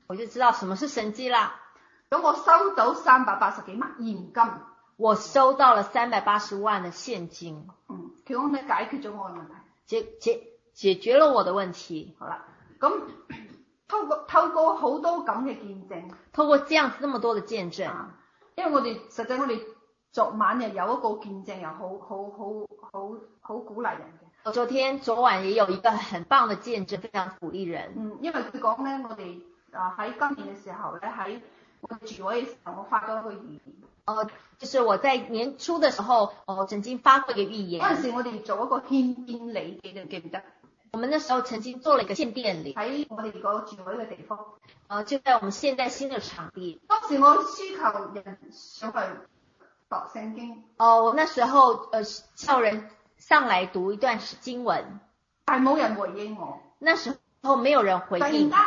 S2: 我就知道什麼是神蹟啦。
S1: 咁我收到三百八十幾萬現金，
S2: 我收到了三百八十萬的現金，
S1: 嗯，佢講咩解決咗我嘅問題。
S2: 解解解決了我的問題。
S1: 好啦，咁透過透過好多咁嘅見證。
S2: 透過這樣子那麼多的見證，
S1: 啊，因為我哋實際我哋昨晚又有一個見證，又好好好好好鼓勵人嘅。
S2: 我昨天昨晚也有一個很棒的見證，非常鼓勵人。
S1: 嗯，因為佢講咧，我哋啊喺今年嘅時候咧，喺我住位嘅時候，我發咗一個預言。
S2: 呃，就是我在年初的時候，呃，曾經發過一個預
S1: 嗰陣
S2: 言，
S1: 時我哋做一個獻獻禮記，你記唔記得？
S2: 我們那時候曾經做了一個獻殿禮，
S1: 喺我哋個住位嘅地方，
S2: 呃，就在我們現在新的場地。
S1: 當時我需求人上去讀聖經，
S2: 呃，我那時候呃叫人上來讀一段經文，
S1: 但係冇人回應我。
S2: 那時候沒有人
S1: 突
S2: 回
S1: 然
S2: 應
S1: 間，，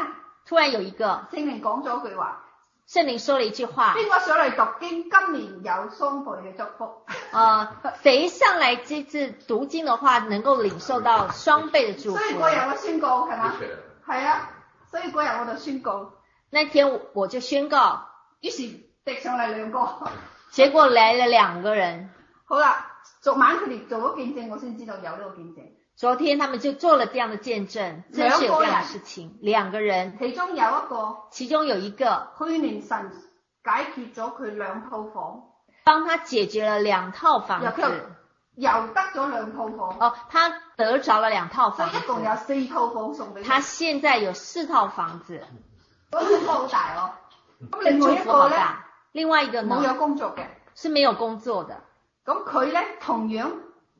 S2: 突然有一個
S1: 聖靈講咗一句話：
S2: 聖靈說了一句話，
S1: 邊個上嚟讀經，今年有雙倍嘅祝福。
S2: 呃，誰上來這次讀經的話，能夠領受到雙倍的祝
S1: 所
S2: 福啊
S1: 以。嗰日我宣告係嘛？
S3: 的確
S1: 係啊，所以嗰日我就宣告，
S2: 那天我我就宣告，
S1: 於是滴上嚟兩個。
S2: 結果來了兩個人，
S1: 好啦，昨晚佢哋做咗見證，我先知道有呢個見證。
S2: 昨天他們就做了這樣的見證，真是有這樣的事情。兩個人，
S1: 其中有一個
S2: 其中有一個
S1: 去年神解決咗佢兩套房，
S2: 幫他解決了兩套房
S1: 有票
S2: 子，
S1: 又得咗兩套房，
S2: 哦，他得着了兩套
S1: 所
S2: 房
S1: 以一共有
S2: 子，
S1: 四套房送俾
S2: 他
S1: 佢。
S2: 現在有四套房子，
S1: 嗰個福好大哦。咁
S2: 這
S1: 另
S2: 祝
S1: 外一個
S2: 福好
S1: 咧
S2: 大。另外一個
S1: 冇
S2: 呢
S1: 有工作嘅，
S2: 是沒有工作的，
S1: 咁佢咧同樣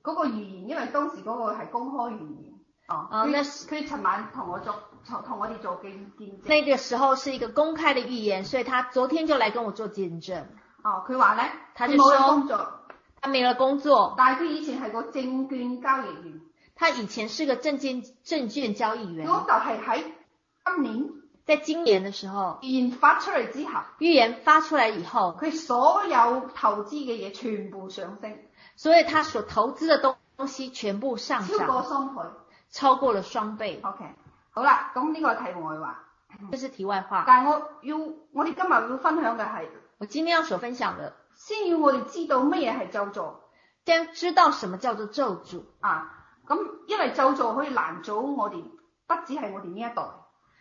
S1: 嗰個預言，因為當時嗰個係公開預言。哦，
S2: 哦
S1: 佢
S2: 那是
S1: 佢尋晚同我做同同我哋做見見證。
S2: 那個時候是一個公開的預言，所以他昨天就來跟我做見證。
S1: 哦，佢話咧，
S2: 他
S1: 佢
S2: 就
S1: 冇有
S2: 說
S1: 工作，
S2: 他沒了工作，
S1: 但係佢以前係個證券交易員，
S2: 他以前是個證券證券交易員，
S1: 咁就係喺今年
S2: 在今年的時候，
S1: 研發出嚟之後，
S2: 預言發出來以後，
S1: 佢所有投資嘅嘢全部上升，
S2: 所以他所投資的東西全部上
S1: 超過
S2: 漲，
S1: 雙倍。
S2: 超過了雙倍。
S1: OK，好啦，咁呢個係題外話，
S2: 這是題外話。
S1: 但係我要我哋今日要分享嘅係，
S2: 我今天要所分享的，
S1: 先要我哋知道乜嘢係咒詛
S2: 先知道什麼叫做咒詛。
S1: 啊。咁因為咒詛可以攔阻我哋，不止係我哋呢一代，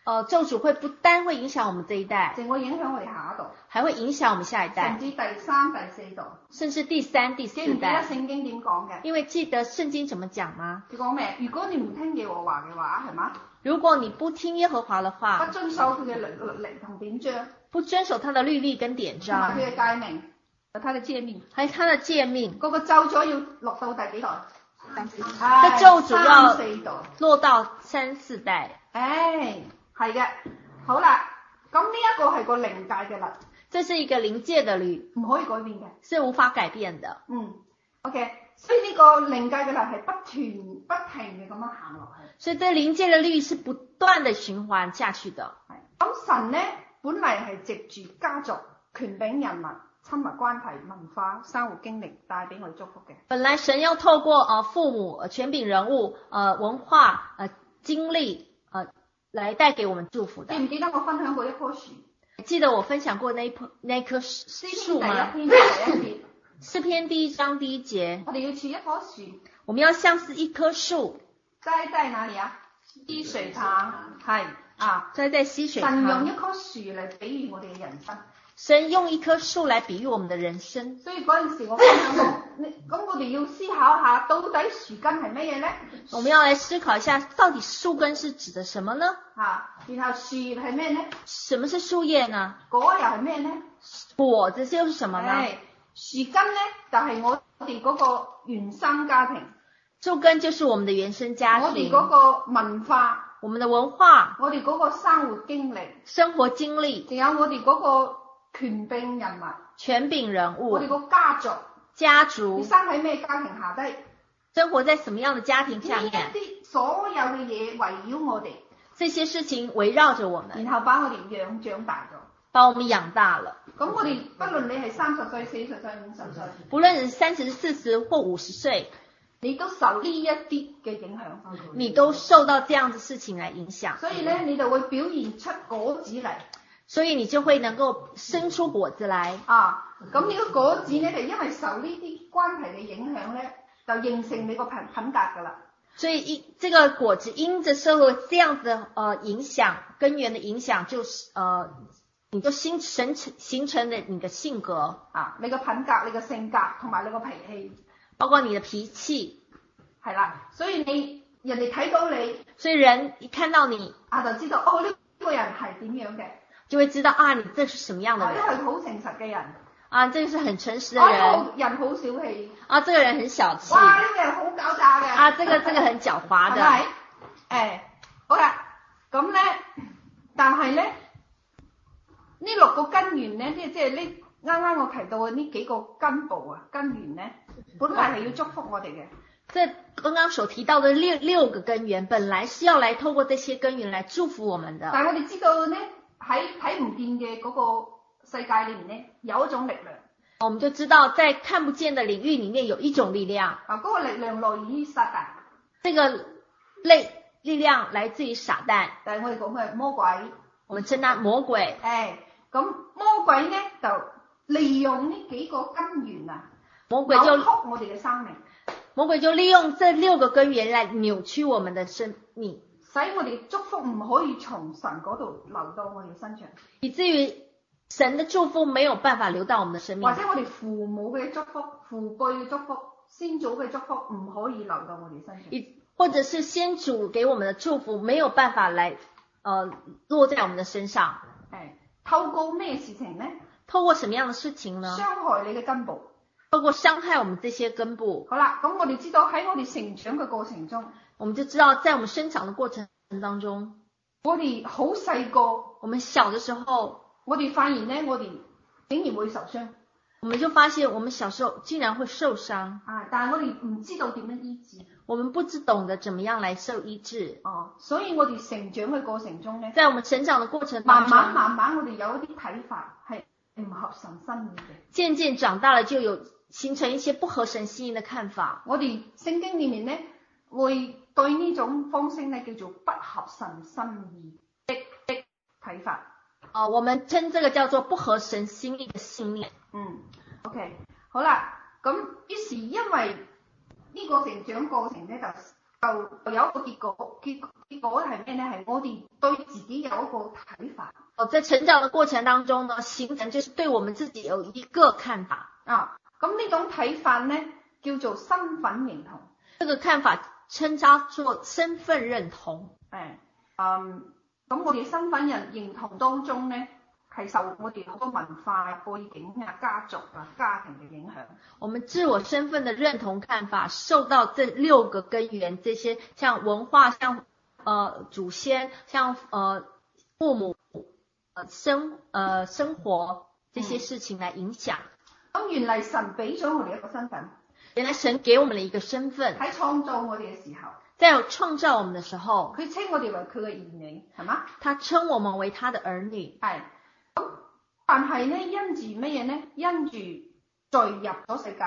S2: 呃，咒詛會不單會影響我們這一代，
S1: 淨會影響我哋下一代，
S2: 還會影響我們下一
S1: 甚
S2: 代，
S1: 至第三、第四代。
S2: 甚至第三、第
S1: 記唔
S2: 四
S1: 記得
S2: 代。
S1: 聖經點講嘅？
S2: 因為記得聖經怎麼講嗎？
S1: 佢講咩？如果你唔聽耶和華嘅話，係嘛？
S2: 如果你不聽耶和華的
S1: 不
S2: 話，
S1: 遵守佢嘅律律例同典章，
S2: 不遵守他的律例跟典
S1: 同埋
S2: 章，
S1: 佢嘅誡命，有睇你知面。
S2: 還有他的诫命，
S1: 嗰個咒咗要落到第幾代？
S2: 個
S1: 唉
S2: 咒詛要
S1: 三四代。
S2: 落到三四代。
S1: 唉，係嘅。好啦，咁呢一個係個靈界嘅律，
S2: 這是一個臨界的律，
S1: 唔可以改變嘅。
S2: 是無法改變的。
S1: 嗯，OK。所以呢個靈界嘅律係不斷不停嘅咁樣行落去。
S2: 所以這臨界的律是不斷的循環下去的。
S1: 係咁神呢，本嚟係藉住家族、權柄、人物、親密關係、文化、生活經歷帶俾我哋祝福嘅。
S2: 本來神要透過呃父母、呃、權柄人物、呃文化、呃經歷、呃来带给我们祝福的
S1: 記。唔記得我分享過一棵樹？
S2: 记得我分享过那一棵那一棵
S1: 詩
S2: 树
S1: 篇
S2: 吗？
S1: 第一篇第一節，
S2: 诗篇第一章第一节，
S1: 我哋要似一棵樹，
S2: 我们要像是一棵树
S1: 栽在哪裡啊？啲水旁係啊，
S2: 栽在溪水
S1: 神用
S2: 旁。
S1: 一棵樹嚟比喻我哋嘅人生。
S2: 神用一棵树来比喻我们的人生，
S1: 所以嗰陣時我分享過， [LAUGHS] 你咁我哋要思考下，到底樹根係乜嘢咧？
S2: 我们要来思考一下，到底树根是指的什么呢？
S1: 嚇、啊然後樹葉係咩咧？
S2: 什么是树叶呢？
S1: 果又係咩咧？
S2: 果子又是什么呢？
S1: 唉樹根咧就係、我哋嗰個原生家庭，
S2: 树根就是我们的原生家
S1: 我哋
S2: 庭，
S1: 嗰個文化，
S2: 我们的文化、
S1: 我哋嗰個生活經歷，
S2: 生活经历、
S1: 仲有我哋嗰個權柄人物，
S2: 权柄人
S1: 我哋
S2: 物、
S1: 個家族，
S2: 家
S1: 你
S2: 族，
S1: 生喺咩家庭下低？呢
S2: 生活在什么样的家庭下
S1: 一
S2: 面？
S1: 啲所有嘅嘢圍繞我哋，
S2: 这些事情围绕着我们，
S1: 然後把我哋養長大咗。
S2: 把我们养大了。
S1: 咁我哋不論你係三十歲、四十歲、五十歲，
S2: 不论是三十、四十或五十岁，
S1: 你都受呢一啲嘅影響。
S2: 你都受到这样的事情来影响，
S1: 所以咧，你就會表現出果子嚟
S2: 所以你就会能够生出果子来。
S1: 啊！咁呢個果子咧，就因為受呢啲關係嘅影響咧，就形成你個品品格噶啦。
S2: 所以因这个果子因着受了这样的呃影响，根源的影响，就是呃，你就形成形成了你的性格，
S1: 啊，你個品格、你個性格同埋你個脾氣
S2: 包括你的脾气。
S1: 係啦。所以你人哋睇到你
S2: 所以人一看到你，
S1: 啊，就知道哦呢、個人係點樣嘅，
S2: 就会知道啊，你这是什么样的
S1: 啊，因
S2: 人
S1: 為好誠實嘅人，
S2: 啊，这个是很诚实的
S1: 啊，呢
S2: 人
S1: 個人好小氣，
S2: 啊，这个人很小气
S1: 哇，哎呢、個人好狡詐嘅。
S2: 啊，这个这个很狡猾
S1: 係
S2: 的。
S1: 咪？誒，好啦，咁咧，但係咧，呢六個根源咧，即即係呢啱啱我提到嘅呢幾個根部啊，根源咧，本來係要祝福我哋嘅，
S2: 这刚刚所提到的六六个根源，本来是要来透过这些根源来祝福我们
S1: 但係
S2: 的。
S1: 我哋知道咧，喺睇唔見嘅嗰個世界裏面咧，有一種力量，
S2: 我们就知道，在看不见的领域里面有一种力量，
S1: 啊，嗰、個力量來源於撒旦，
S2: 这个类力量来自于撒旦，
S1: 但係我哋講嘅係魔鬼，誒、
S2: 我们称它魔鬼。
S1: 咁魔鬼咧就利用呢幾個根源啊，
S2: 魔鬼
S1: 扭
S2: 就
S1: 曲我哋嘅生命。
S2: 魔鬼就利用这六个根源来扭曲我们的生命，
S1: 使我哋祝福唔可以從神嗰度流到我哋身上，
S2: 以至于神的祝福没有办法流到我们的生命
S1: 或，者我哋父母嘅祝福、父輩嘅祝福、先祖嘅祝福唔可以流到我哋身上。
S2: 以或者是先主给我们的祝福没有办法来呃落在我们的身上。
S1: 誒，透過咩事情呢？
S2: 透过什么样的事情呢？
S1: 傷害你嘅根部。
S2: 包括伤害我们这些根部，
S1: 好啦，咁我哋知道喺我哋成長嘅過程中，
S2: 我们就知道，在我们生长的过程当中，
S1: 我哋好細個，
S2: 我们小的时候，
S1: 我哋發現呢，我哋竟然會受傷
S2: 我们就发现我们小时候竟然会受伤，
S1: 啊！但係我哋唔知道點樣醫治
S2: 我们不知懂得怎么样来受医治。
S1: 哦，所以我哋成長嘅過程中呢，
S2: 在我们成长的过程当
S1: 慢慢
S2: 中，
S1: 慢慢我哋有一啲睇法係唔合神心意嘅。
S2: 渐渐长大了就有形成一些不合神心意的看法。
S1: 我哋聖經裏面咧，會對呢種方式咧叫做不合神心意的的睇法。
S2: 啊、我们称这个叫做不合神心意的信念。
S1: 嗯，OK，好啦，咁於是因為呢個成長過程咧，就就有一個結果，結結果係咩咧？係我哋對自己有一個睇法
S2: 哦，在成长的过程当中呢，形成就是对我们自己有一个看法，
S1: 啊。咁呢種睇法咧叫做身份認同。
S2: 这个看法称它做身份认同。
S1: 誒，嗯，咁我哋身份人認同當中咧，係受我哋好多文化背景啊、家族啊、家庭嘅影響。
S2: 我们自我身份的认同看法受到这六个根源，这些像文化、像呃祖先、像呃父母、呃生呃生活这些事情来影响。
S1: 咁原嚟神俾咗我哋一個身份，
S2: 原来神给我们了一个身份，
S1: 喺創造我哋嘅時候，
S2: 在创造我们的时候，
S1: 佢稱我哋為佢嘅兒女，係嘛？
S2: 他称我们为他的儿女。
S1: 係。咁但係咧，因住乜嘢咧？因住罪入咗世界，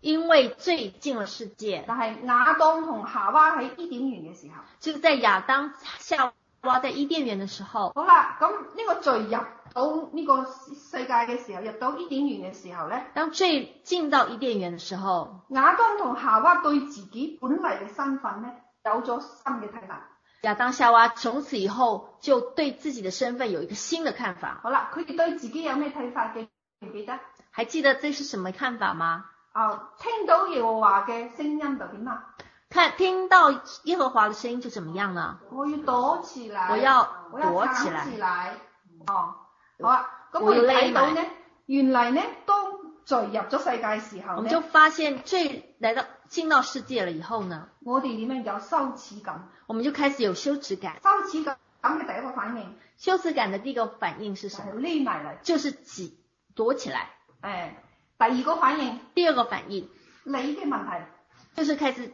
S2: 因为罪进了世界，
S1: 但係亞當同夏娃喺伊甸園嘅時候，
S2: 就是在亚当夏娃在伊甸园的时候，
S1: 好啦，咁呢個罪入到呢個世界嘅時候，入到伊甸園嘅時候咧，
S2: 当罪进到伊甸园的时候，
S1: 亞當同夏娃對自己本嚟嘅身份咧有咗新嘅睇法。
S2: 亚当夏娃从此以后就对自己的身份有一个新的看法。
S1: 好啦，佢哋對自己有咩睇法嘅？記唔記得？
S2: 还记得这是什么看法吗？
S1: 啊，聽到耶和華嘅聲音就點啊？
S2: 看听到耶和华的声音就怎么样呢？
S1: 我要躲起來，
S2: 我要
S1: 我要
S2: 躲
S1: 藏
S2: 起來
S1: 起來。哦，好啊，咁
S2: 我
S1: 我
S2: 要
S1: 哋
S2: 匿
S1: 睇到
S2: 埋
S1: 咧，原嚟咧，當罪入咗世界嘅時候
S2: 我
S1: 咧
S2: 们就，发现罪来到进到世界了以后呢，
S1: 我哋點樣有羞恥感？
S2: 我们就开始有羞耻感。
S1: 羞恥感咁嘅第一個反應
S2: 羞耻感的第一个反应是
S1: 就
S2: 什
S1: 係
S2: 么？
S1: 匿埋嚟。
S2: 就是挤躲起来。
S1: 誒，第二個反應，
S2: 第二个反应
S1: 你嘅問題，
S2: 就是开始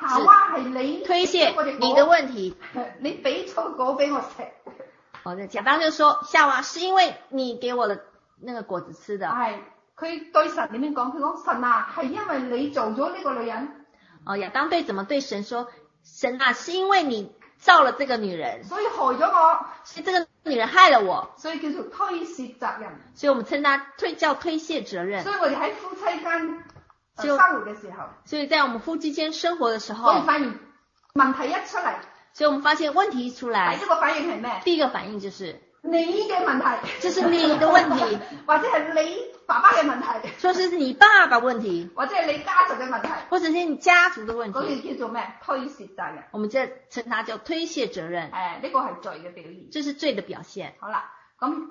S1: 夏娃係你
S2: 推卸
S1: 我哋
S2: 你的问题。
S1: 果， [LAUGHS] 你俾錯果俾我食，
S2: 好的，亚当就说夏娃是因为你给我的那个果子吃的。
S1: 係佢對神點樣講？佢講神啊，係因為你做咗呢個女人，
S2: 哦，亚当对怎么对神说？神啊，是因为你造了这个女人，
S1: 所以害咗我，
S2: 所以这个女人害了我，
S1: 所以叫做推卸責任。
S2: 所以我们称它推叫推卸责任。
S1: 所以我哋喺夫妻間呃
S2: 就
S1: 生活嘅時候，
S2: 所以在我们夫妻间生活的时
S1: 我哋
S2: 候，
S1: 發現問題一出嚟，
S2: 所以我们发现问题一出来
S1: 第一，個反應係咩？
S2: 第一个反应就是
S1: 你嘅問題，
S2: 這是你的問題，
S1: [LAUGHS] 或者係你爸爸嘅問題，
S2: 说是你爸爸问题，
S1: 或者係你家族嘅問題，
S2: 或者是你家族的问
S1: 嗰
S2: 题，
S1: 啲叫做咩？推卸責任。
S2: 我们这称它叫推卸责任，
S1: 誒，呢個係罪嘅表現。
S2: 这是罪的表现。
S1: 好啦，咁 [CLEARS THROAT]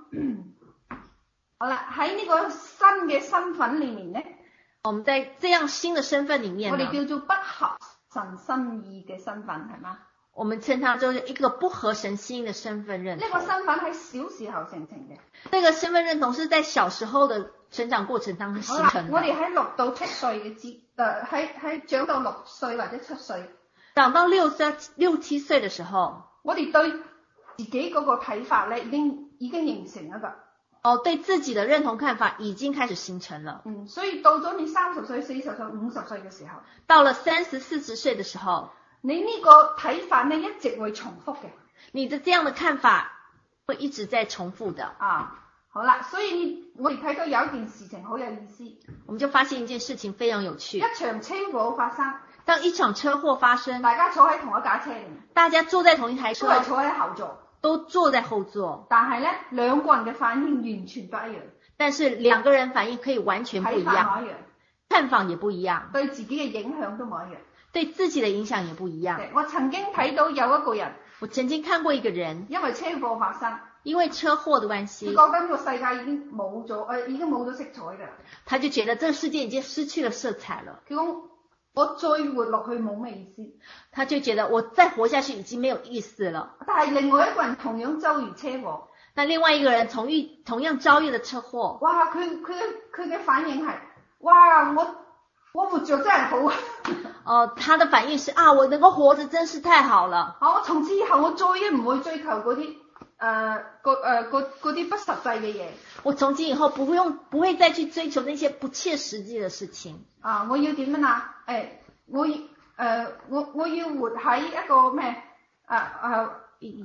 S1: 好啦，喺呢個新嘅身份裏面咧，
S2: 我们在这样新的身份里面啊
S1: 我哋
S2: 呢，
S1: 叫做不合神心意嘅身份，係嘛？
S2: 我们称它就是一个不合神心意的身份认
S1: 呢、
S2: 同。
S1: 個身份喺小時候形成嘅。
S2: 这个身份认同是在小时候的成长过程当中
S1: 好
S2: 形
S1: 啦
S2: 成，
S1: 我哋
S2: 的。
S1: 喺六到七歲嘅之，誒喺喺長到六歲或者七歲，
S2: 长到六岁、六七岁的时候，
S1: 我哋對自己嗰個睇法咧，已經已經形成一個。
S2: 哦，对自己的认同看法已经开始形成了。
S1: 嗯，所以到咗你三十歲、四十歲、五十歲嘅時候，
S2: 到了三十四十岁的时候，
S1: 你呢個睇法咧一直會重複嘅。
S2: 你的这样的看法会一直在重复的。
S1: 啊，好啦，所以我哋睇到有一件事情好有意思，一
S2: 我们就发现一件事情非常有趣：
S1: 場車禍發生，
S2: 当一场车祸发生，
S1: 大家坐喺同一架車裏面，
S2: 大家坐在同一台
S1: 都
S2: 车
S1: 係，坐喺後座，
S2: 都坐在后座，
S1: 但係咧兩個人嘅反應完全不一樣，
S2: 但是两个人反应可以完全不一
S1: 睇法
S2: 样，
S1: 唔一樣，
S2: 看法也不一样，
S1: 對自己嘅影響都冇一樣。
S2: 对自己的影响也不一样。
S1: 我曾經睇到有一個人
S2: 我曾经看过一个人，
S1: 因為車禍發生，
S2: 因为车祸的关
S1: 佢
S2: 系，
S1: 覺得呢個世界已經冇咗，誒、已經冇咗色彩㗎。
S2: 他就觉得这个世界已经失去了色彩了，
S1: 佢講我再活落去冇咩意思。
S2: 他就觉得我再活下去已经没有意思了。
S1: 但係另外一個人同樣遭遇車禍，
S2: 那另外一个人同遇同样遭遇了车祸，
S1: 哇！佢佢嘅佢嘅反應係哇！我我活着真係好啊！ [LAUGHS]
S2: 呃，他的反应是啊，我能够活着真是太好了，
S1: 啊！我從此以後我再也唔會追求嗰啲誒個誒嗰嗰啲不實際嘅嘢
S2: 我从今以后不会用不会再去追求那些不切实际的事情，
S1: 啊！我要點樣啊？誒、我要誒、我我要活喺一個咩啊啊！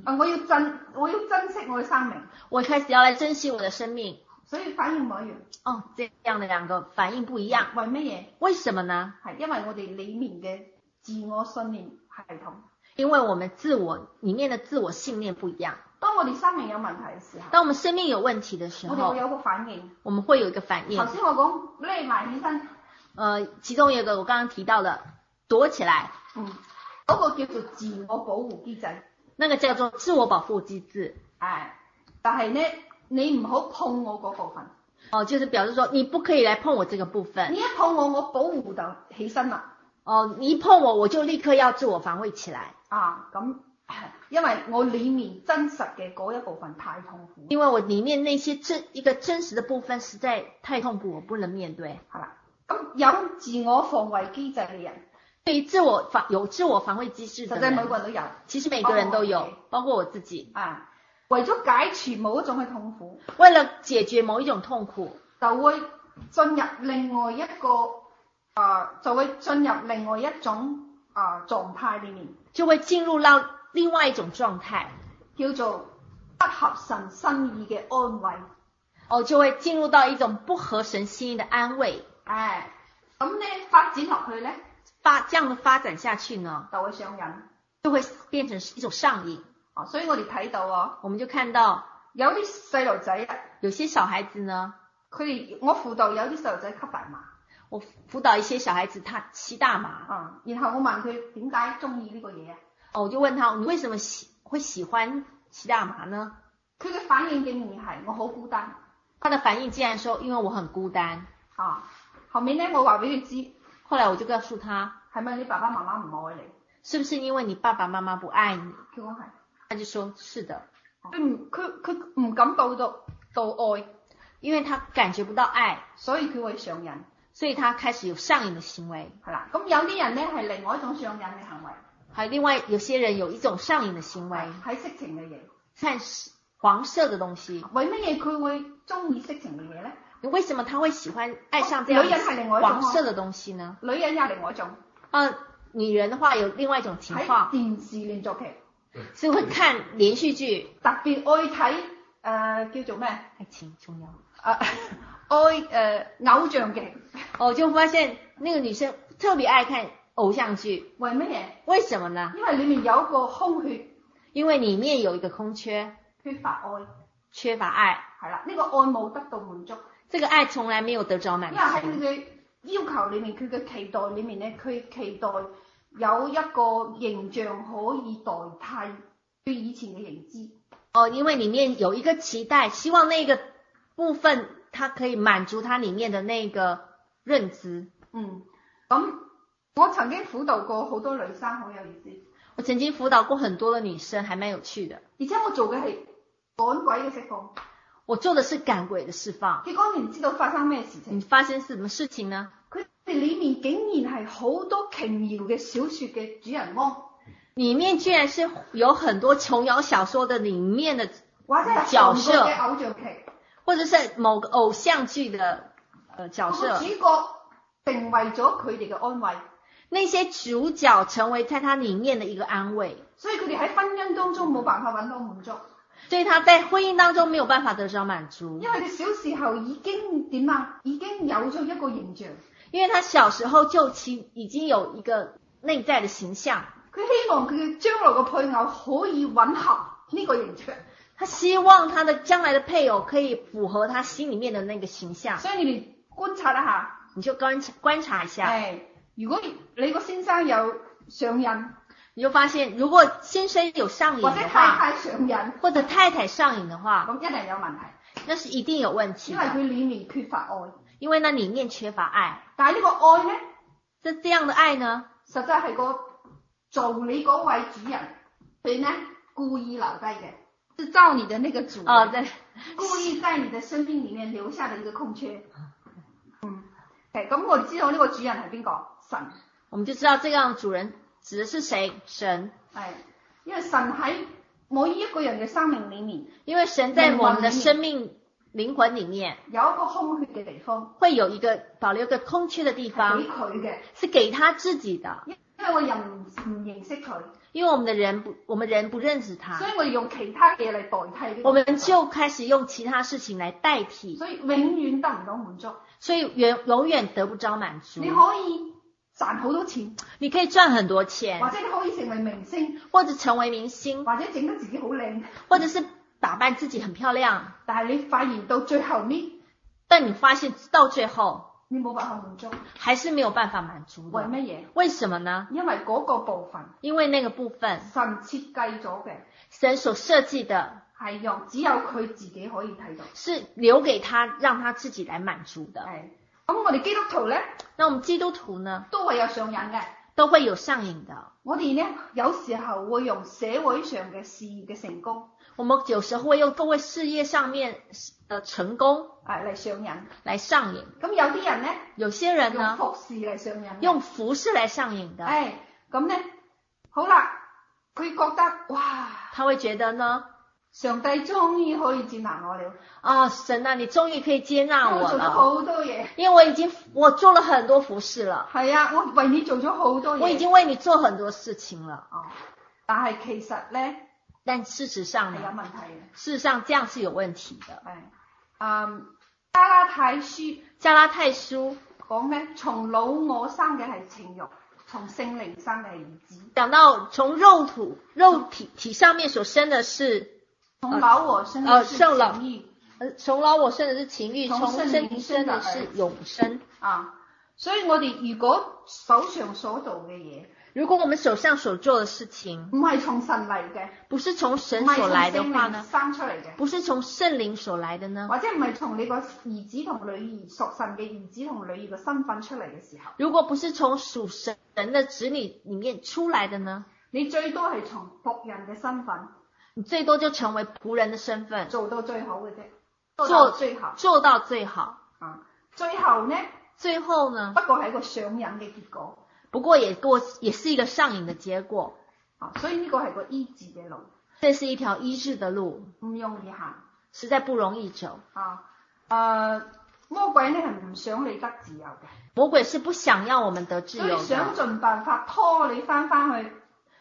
S1: 啊！我要珍，我要珍惜我嘅生命，
S2: 我开始要来珍惜我的生命。
S1: 所以反應冇一樣。
S2: 哦，这样的两个反应不一样，
S1: 為乜嘢？
S2: 为什么呢？
S1: 係因為我哋裡面嘅自我信念系統。
S2: 因为我们自我里面的自我信念不一样。
S1: 當我哋生命有問題嘅時候，
S2: 当我们生命有问题的时
S1: 我哋會
S2: 候，
S1: 有個反應。
S2: 我们会有一个反应
S1: 頭。先我講匿埋起身，
S2: 呃，其中有一个我刚刚提到的，躲起来，
S1: 嗯，嗰、個叫做自我保護機制。
S2: 那个叫做自我保护机制。
S1: 唉，但係咧，你唔好碰我嗰部分，
S2: 哦，就是表示说你不可以来碰我这个部分。
S1: 你一碰我，我保護就起身啦。
S2: 哦，你一碰我，我就立刻要自我防卫起来，
S1: 啊，咁因為我裡面真實嘅嗰一部分太痛苦，
S2: 因为我里面那些真一个真实的部分实在太痛苦，我不能面对。
S1: 係啦。咁有自我防衞機制嘅人，
S2: 对于自我防有自我防卫机制的
S1: 實際每
S2: 人，
S1: 個人都有。
S2: 其实每个人都
S1: 哦
S2: 有
S1: ，OK，
S2: 包括我自己。
S1: 啊，為咗解除某一種嘅痛苦，
S2: 为了解决某一种痛苦，
S1: 就會進入另外一個啊、就會進入另外呃一種啊、狀態裡面。
S2: 就会进入到另外一种状态。
S1: 叫做不合神心意嘅安慰。
S2: 哦，就会进入到一种不合神心意的安慰。
S1: 唉，哎咁咧發展落去咧
S2: 发这樣的发展下去呢，
S1: 就會上癮。
S2: 就會變成一種上癮。
S1: 哦，所以我哋睇到啊，
S2: 我們就看到
S1: 有啲細路仔啊，
S2: 有些小孩子呢，
S1: 佢哋我輔導有啲細路仔吸大麻
S2: 我輔導一些小孩子他吸大麻，
S1: 啊、然後我問佢點解中意呢個嘢啊，
S2: 哦，我就問他你為什麼喜会喜歡吸大麻呢？
S1: 佢嘅反應竟然係我好孤單
S2: 他的反應竟然說因為我很孤單。
S1: 啊。後面咧我話俾佢知，
S2: 後來我就告訴他，
S1: 係咪你爸爸媽媽唔愛你？
S2: 是不是因為你爸爸媽媽不愛你？
S1: 佢講係，
S2: 他就說是的，
S1: 佢唔哦佢佢唔感到到到愛，
S2: 因為他感覺不到愛，
S1: 所以佢會上癮。
S2: 所以他開始有上癮的行為。
S1: 係啦，咁有啲人咧係另外一種上癮嘅行為，
S2: 还有另外有些人有一種上癮的行為，
S1: 睇色情嘅嘢。
S2: 看黃色的東西。
S1: 為乜嘢佢會中意色情嘅嘢咧？
S2: 你为什么他会喜欢爱上这
S1: 女人
S2: 样
S1: 係另外一種
S2: 黄
S1: 喎
S2: 色的东西呢？
S1: 女人有另外一種
S2: 呃，女人的话有另外一种情
S1: 喺
S2: 况，
S1: 電視連續劇
S2: 是会看连续剧，
S1: 特別愛睇誒、呃叫做咩
S2: 爱情重要。
S1: 啊 [LAUGHS] 愛誒、呃偶像劇，
S2: 哦我就发现那个女生特别爱看偶像剧，
S1: 為乜嘢？
S2: 为什么呢？
S1: 因為裡面有一個空血
S2: 因为里面有一个空缺，
S1: 缺乏愛，
S2: 缺乏爱，
S1: 係啦，呢、個愛冇得到滿足，
S2: 这个爱从来没有得着
S1: 因
S2: 满
S1: 為喺
S2: 足
S1: 佢。嘅要求裡面，佢嘅期待裡面咧，佢期待有一個形象可以代替佢以前嘅認知。
S2: 哦，因为里面有一个期待，希望那个部分它可以满足它里面的那个认知。
S1: 嗯，咁我曾經輔導過好多女生，好有意思。
S2: 我曾经辅导过很多的女生，还蛮有趣的。
S1: 而且我做嘅係趕鬼嘅釋放，
S2: 我做的是赶鬼的释放。
S1: 結果你唔知道發生咩事情。
S2: 你发生什么事情呢？
S1: 佢哋裡面竟然係好多瓊瑤嘅小説嘅主人翁，
S2: 里面居然是有很多琼瑶小说的里面的，
S1: 或者係
S2: 嗯
S1: 韓國嘅偶像劇，
S2: 或者是某个偶像剧的呃角
S1: 個
S2: 色
S1: 主，角成為咗佢哋嘅安慰，
S2: 那些主角成为在它里面的一个安慰，
S1: 所以佢哋喺婚姻當中冇辦法揾到滿足，
S2: 所以他在婚姻当中没有办法得到满足，
S1: 因為佢小時候已經點啊，已經有咗一個形象，
S2: 因为他小时候就其已经有一个内在的形象，
S1: 佢希望佢嘅將來嘅配偶可以吻合呢個形象。
S2: 他希望他的将来的配偶可以符合他心里面的那个形象，
S1: 所以你哋觀察一下，
S2: 你就观察观察一
S1: 誒、
S2: 下，
S1: 如果你個先生有上癮，
S2: 你就发现，如果先生有上瘾
S1: 或者
S2: 的
S1: 太
S2: 话。
S1: 太上癮，
S2: 或者太太上瘾的话，
S1: 咁一定有問題，
S2: 那是一定有问题
S1: 因為
S2: 的，
S1: 佢裡面缺乏愛。
S2: 因為那里面缺乏爱。
S1: 但係呢個愛咧，
S2: 这这样的愛呢，
S1: 實際係個做你嗰位主人佢咧故意留低嘅，是造你的那個主人、
S2: 哦，对，
S1: [LAUGHS] 故意在你的生命裡面留下的一個空缺。
S2: 啊
S1: 嗯，OK，咁我知道呢個主人係邊個？神，
S2: 我们就知道这样的主人指的是谁，神，
S1: 係因為神喺每一個人嘅生命裡面
S2: 因为神在我们的生命灵魂里面
S1: 有一個空缺嘅地方
S2: 会有一个保留一个空缺的地
S1: 係
S2: 方
S1: 俾，佢嘅。
S2: 是给他自己的，
S1: 因為我人唔認識佢，
S2: 因为我们的人不，我们人不认识
S1: 所
S2: 他，
S1: 以我哋用其他嘢嚟代替呢個
S2: 啊我们就开始用其他事情来代替，
S1: 所以永遠得唔到滿足。
S2: 所以永永远得不着满足
S1: 你。可以賺好多錢，
S2: 你可以賺很多
S1: 或
S2: 钱，
S1: 者你可以成為明星，
S2: 或者成为明星，
S1: 或者整得自己好靚，
S2: 或者是打扮自己很漂亮，
S1: 但係你發現到最後面，
S2: 但你發現到最后
S1: 你冇辦法滿足，
S2: 还是没有办法滿足
S1: 為
S2: 的。
S1: 乜嘢？
S2: 为什么呢？
S1: 因為嗰個部分
S2: 因為那个部分
S1: 神設計咗嘅
S2: 神所设计的
S1: 係用只有佢自己可以睇到。
S2: 是留给他，让他自己来滿足的。
S1: 係咁，我哋基督徒咧
S2: 那我们基督徒呢，
S1: 都會有上癮嘅。
S2: 都會有上癮的。
S1: 我哋咧有時候會用社會上嘅事業嘅成功
S2: 我们有时候会用各位事业上面的成功
S1: 啊嚟上癮。
S2: 来上癮，
S1: 咁有啲人咧
S2: 有些人
S1: 用
S2: 呢
S1: 服侍嚟上癮，
S2: 啊用服饰来上癮的，
S1: 誒咁咧好啦，佢覺得哇
S2: 他會覺得呢，
S1: 上帝終於可以接納我了，
S2: 啊，神啊，你終於可以接納
S1: 因為
S2: 我
S1: 做咗
S2: 了，
S1: 好多嘢，
S2: 因为我已經我做了很多服饰了。
S1: 係啊，我為你做咗好多嘢，
S2: 我已經為你做很多事情了，
S1: 哦，但係其實咧，
S2: 但事实上
S1: 係有問
S2: 呢，
S1: 題嘅。
S2: 事实上这样是有问题的。
S1: 係嗯，加拉太書
S2: 加拉太书
S1: 講咧，從老我生嘅係情慾，從聖靈生嘅係意志，
S2: 讲到从肉土肉体体上面所生的是，
S1: 從老我生
S2: 呃
S1: 嘅是
S2: 聖靈
S1: 情慾
S2: 呃，从老我生的是情欲，
S1: 从
S2: 从
S1: 圣
S2: 圣灵
S1: 灵
S2: 生
S1: 生
S2: 的
S1: 的
S2: 是
S1: 儿
S2: 永生。
S1: 啊。所以我哋如果手上所做嘅嘢，
S2: 如果我们手上所做的事情
S1: 唔係從神嚟嘅，
S2: 不是从
S1: 唔
S2: 神
S1: 係
S2: 所
S1: 從
S2: 来的
S1: 聖
S2: 话
S1: 靈
S2: 呢，
S1: 生出嚟嘅，
S2: 不是从圣灵所来的呢？
S1: 或者唔係從你個兒子同女兒屬神嘅兒子同女兒嘅身份出嚟嘅時候，
S2: 如果不是从属神的子女里面出来的呢，
S1: 你最多係從僕人嘅身份
S2: 你最多就成为仆人的身份，
S1: 做到最好嘅啫，
S2: 做
S1: 到最好
S2: 做到最好。
S1: 啊。最後呢，
S2: 最后
S1: 不
S2: 呢，
S1: 過係一個上癮嘅結果。
S2: 不过也过也是一个上瘾的结果，
S1: 啊，所以呢個係個醫治嘅路，
S2: 这是一条医治的路，
S1: 唔容易行
S2: 实在不容易走。
S1: 啊。誒、魔鬼呢係唔想你得自由嘅，
S2: 魔鬼是不想要我们得自
S1: 所以
S2: 由
S1: 想
S2: 的，
S1: 盡辦法拖你翻翻去，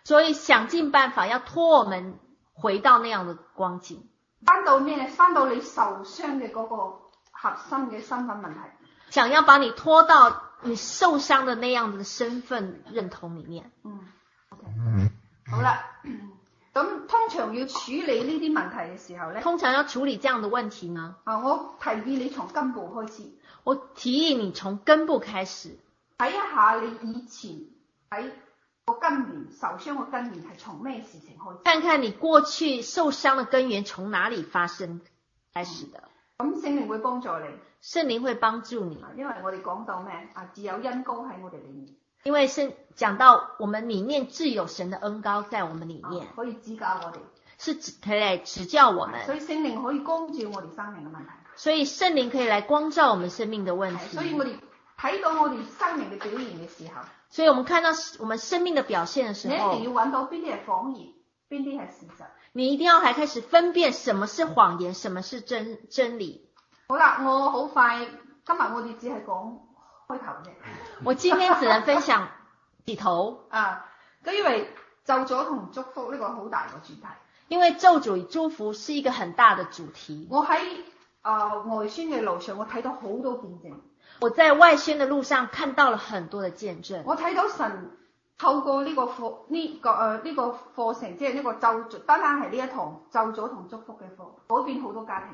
S2: 所以想尽办法要拖我们回到那样的光景，
S1: 翻到咩？翻到你受傷嘅嗰個核心嘅身份問題。
S2: 想要把你拖到你受伤的那样的身份认同里面。
S1: 嗯，OK，好啦。嗯咁通常要處理呢啲問題嘅時候呢，
S2: 通常要处理这样的问题呢，
S1: 啊，我提議你從根部開始，
S2: 我提议你从根部开始，
S1: 睇一下你以前喺個根源受傷嘅根源係從咩事情開始。
S2: 看看你过去受伤的根源从哪里发生开始的。
S1: 咁聖靈會幫助你，
S2: 圣灵会帮助你，
S1: 啊因為我哋講到咩啊，自有恩高喺我哋裏面，
S2: 因为圣讲到我们里面自有神的恩高在我们里
S1: 啊
S2: 面，
S1: 可以指教我哋，
S2: 是指可以来指教我们
S1: 所。以聖靈可以光照我哋生命嘅問題。
S2: 所以圣灵可以来光照我们生命的
S1: 係
S2: 问
S1: 哎所以
S2: 题。
S1: 我哋睇到我哋生命嘅表現嘅時候，
S2: 所以我们看到我们生命的表现的时
S1: 你一
S2: 候，
S1: 定要揾到邊啲係謊言，邊啲係事實。
S2: 你一定要来开始分辨什么是谎言，什么是真真理。
S1: 好啦，我好快，今日我哋只係講開頭啫，
S2: 我今天只能分享几头， [LAUGHS]
S1: 啊，咁因為咒咗同祝福呢個好大個主題。
S2: 因为咒诅与祝福是一个很大的主题。
S1: 我喺啊、呃外宣嘅路上，我睇到好多見證，
S2: 我在外宣的路上看到了很多的见证，
S1: 我睇到神透過呢個課呢、個誒呃呢、個課程，即係呢個咒詛，單單係呢一堂咒詛同祝福嘅課，改變好多家庭。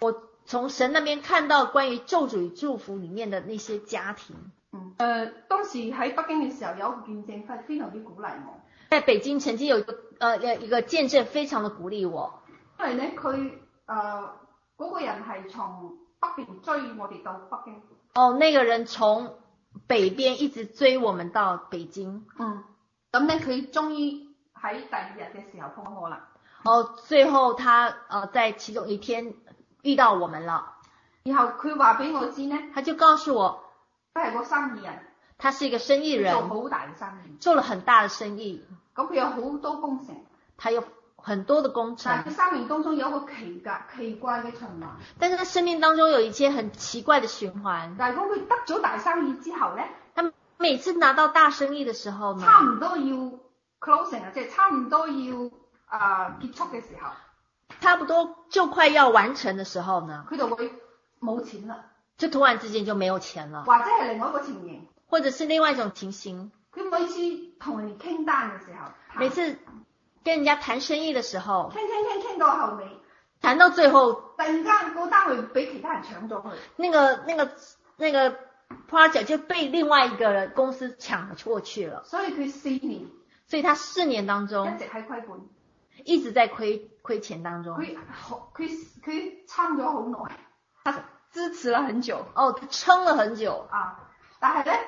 S2: 我从神那边看到关于咒诅与祝福里面的那些家庭。
S1: 嗯，誒、當時喺北京嘅時候有一個見證，非非常之鼓勵我，
S2: 在北京曾经有一个呃一个见證，非常的鼓励我。
S1: 因為咧佢誒嗰個人係從北邊追我哋到北京。
S2: 哦，那个人从北边一直追我们到北京，
S1: 嗯，咁咧佢終於喺第二日嘅時候碰到我啦，
S2: 哦，最后他呃在其中一天遇到我们了，
S1: 然後佢話俾我知咧，
S2: 他就告诉我
S1: 佢係個生意人。
S2: 他是一个生意
S1: 佢做
S2: 人，
S1: 好大嘅生意，
S2: 做了很大的生意，
S1: 咁佢有好多工程，
S2: 他有很多的工
S1: 但係
S2: 程
S1: 佢，生命當中有一個奇格奇怪嘅循環。
S2: 但是他生命当中有一些很奇怪的循环。
S1: 但係講佢得咗大生意之後咧，
S2: 他每次拿到大生意的时候呢，
S1: 差唔多要 closing 啊，即係差唔多要啊、結束嘅時候，
S2: 差不多就快要完成的时候呢，
S1: 佢就會冇錢啦，
S2: 就突然之间就没有钱了，
S1: 或者係另外一個情形，
S2: 或者是另外一种情形，
S1: 佢每次同人哋傾單嘅時候，
S2: 每
S1: 傾
S2: 次跟人家谈生意的时候，
S1: 傾傾傾傾到後尾，
S2: 谈到最后
S1: 突然間個單位俾其他人搶咗佢，
S2: 那个那个那个 project 就被另外一个公司抢了过去了，
S1: 所以佢四年一
S2: 所以他四年当中
S1: 直喺虧本，
S2: 一直在亏亏钱当中。
S1: 佢好佢佢撐咗好耐，支持了很久。
S2: 哦，他撑了很久，
S1: 啊，但係咧，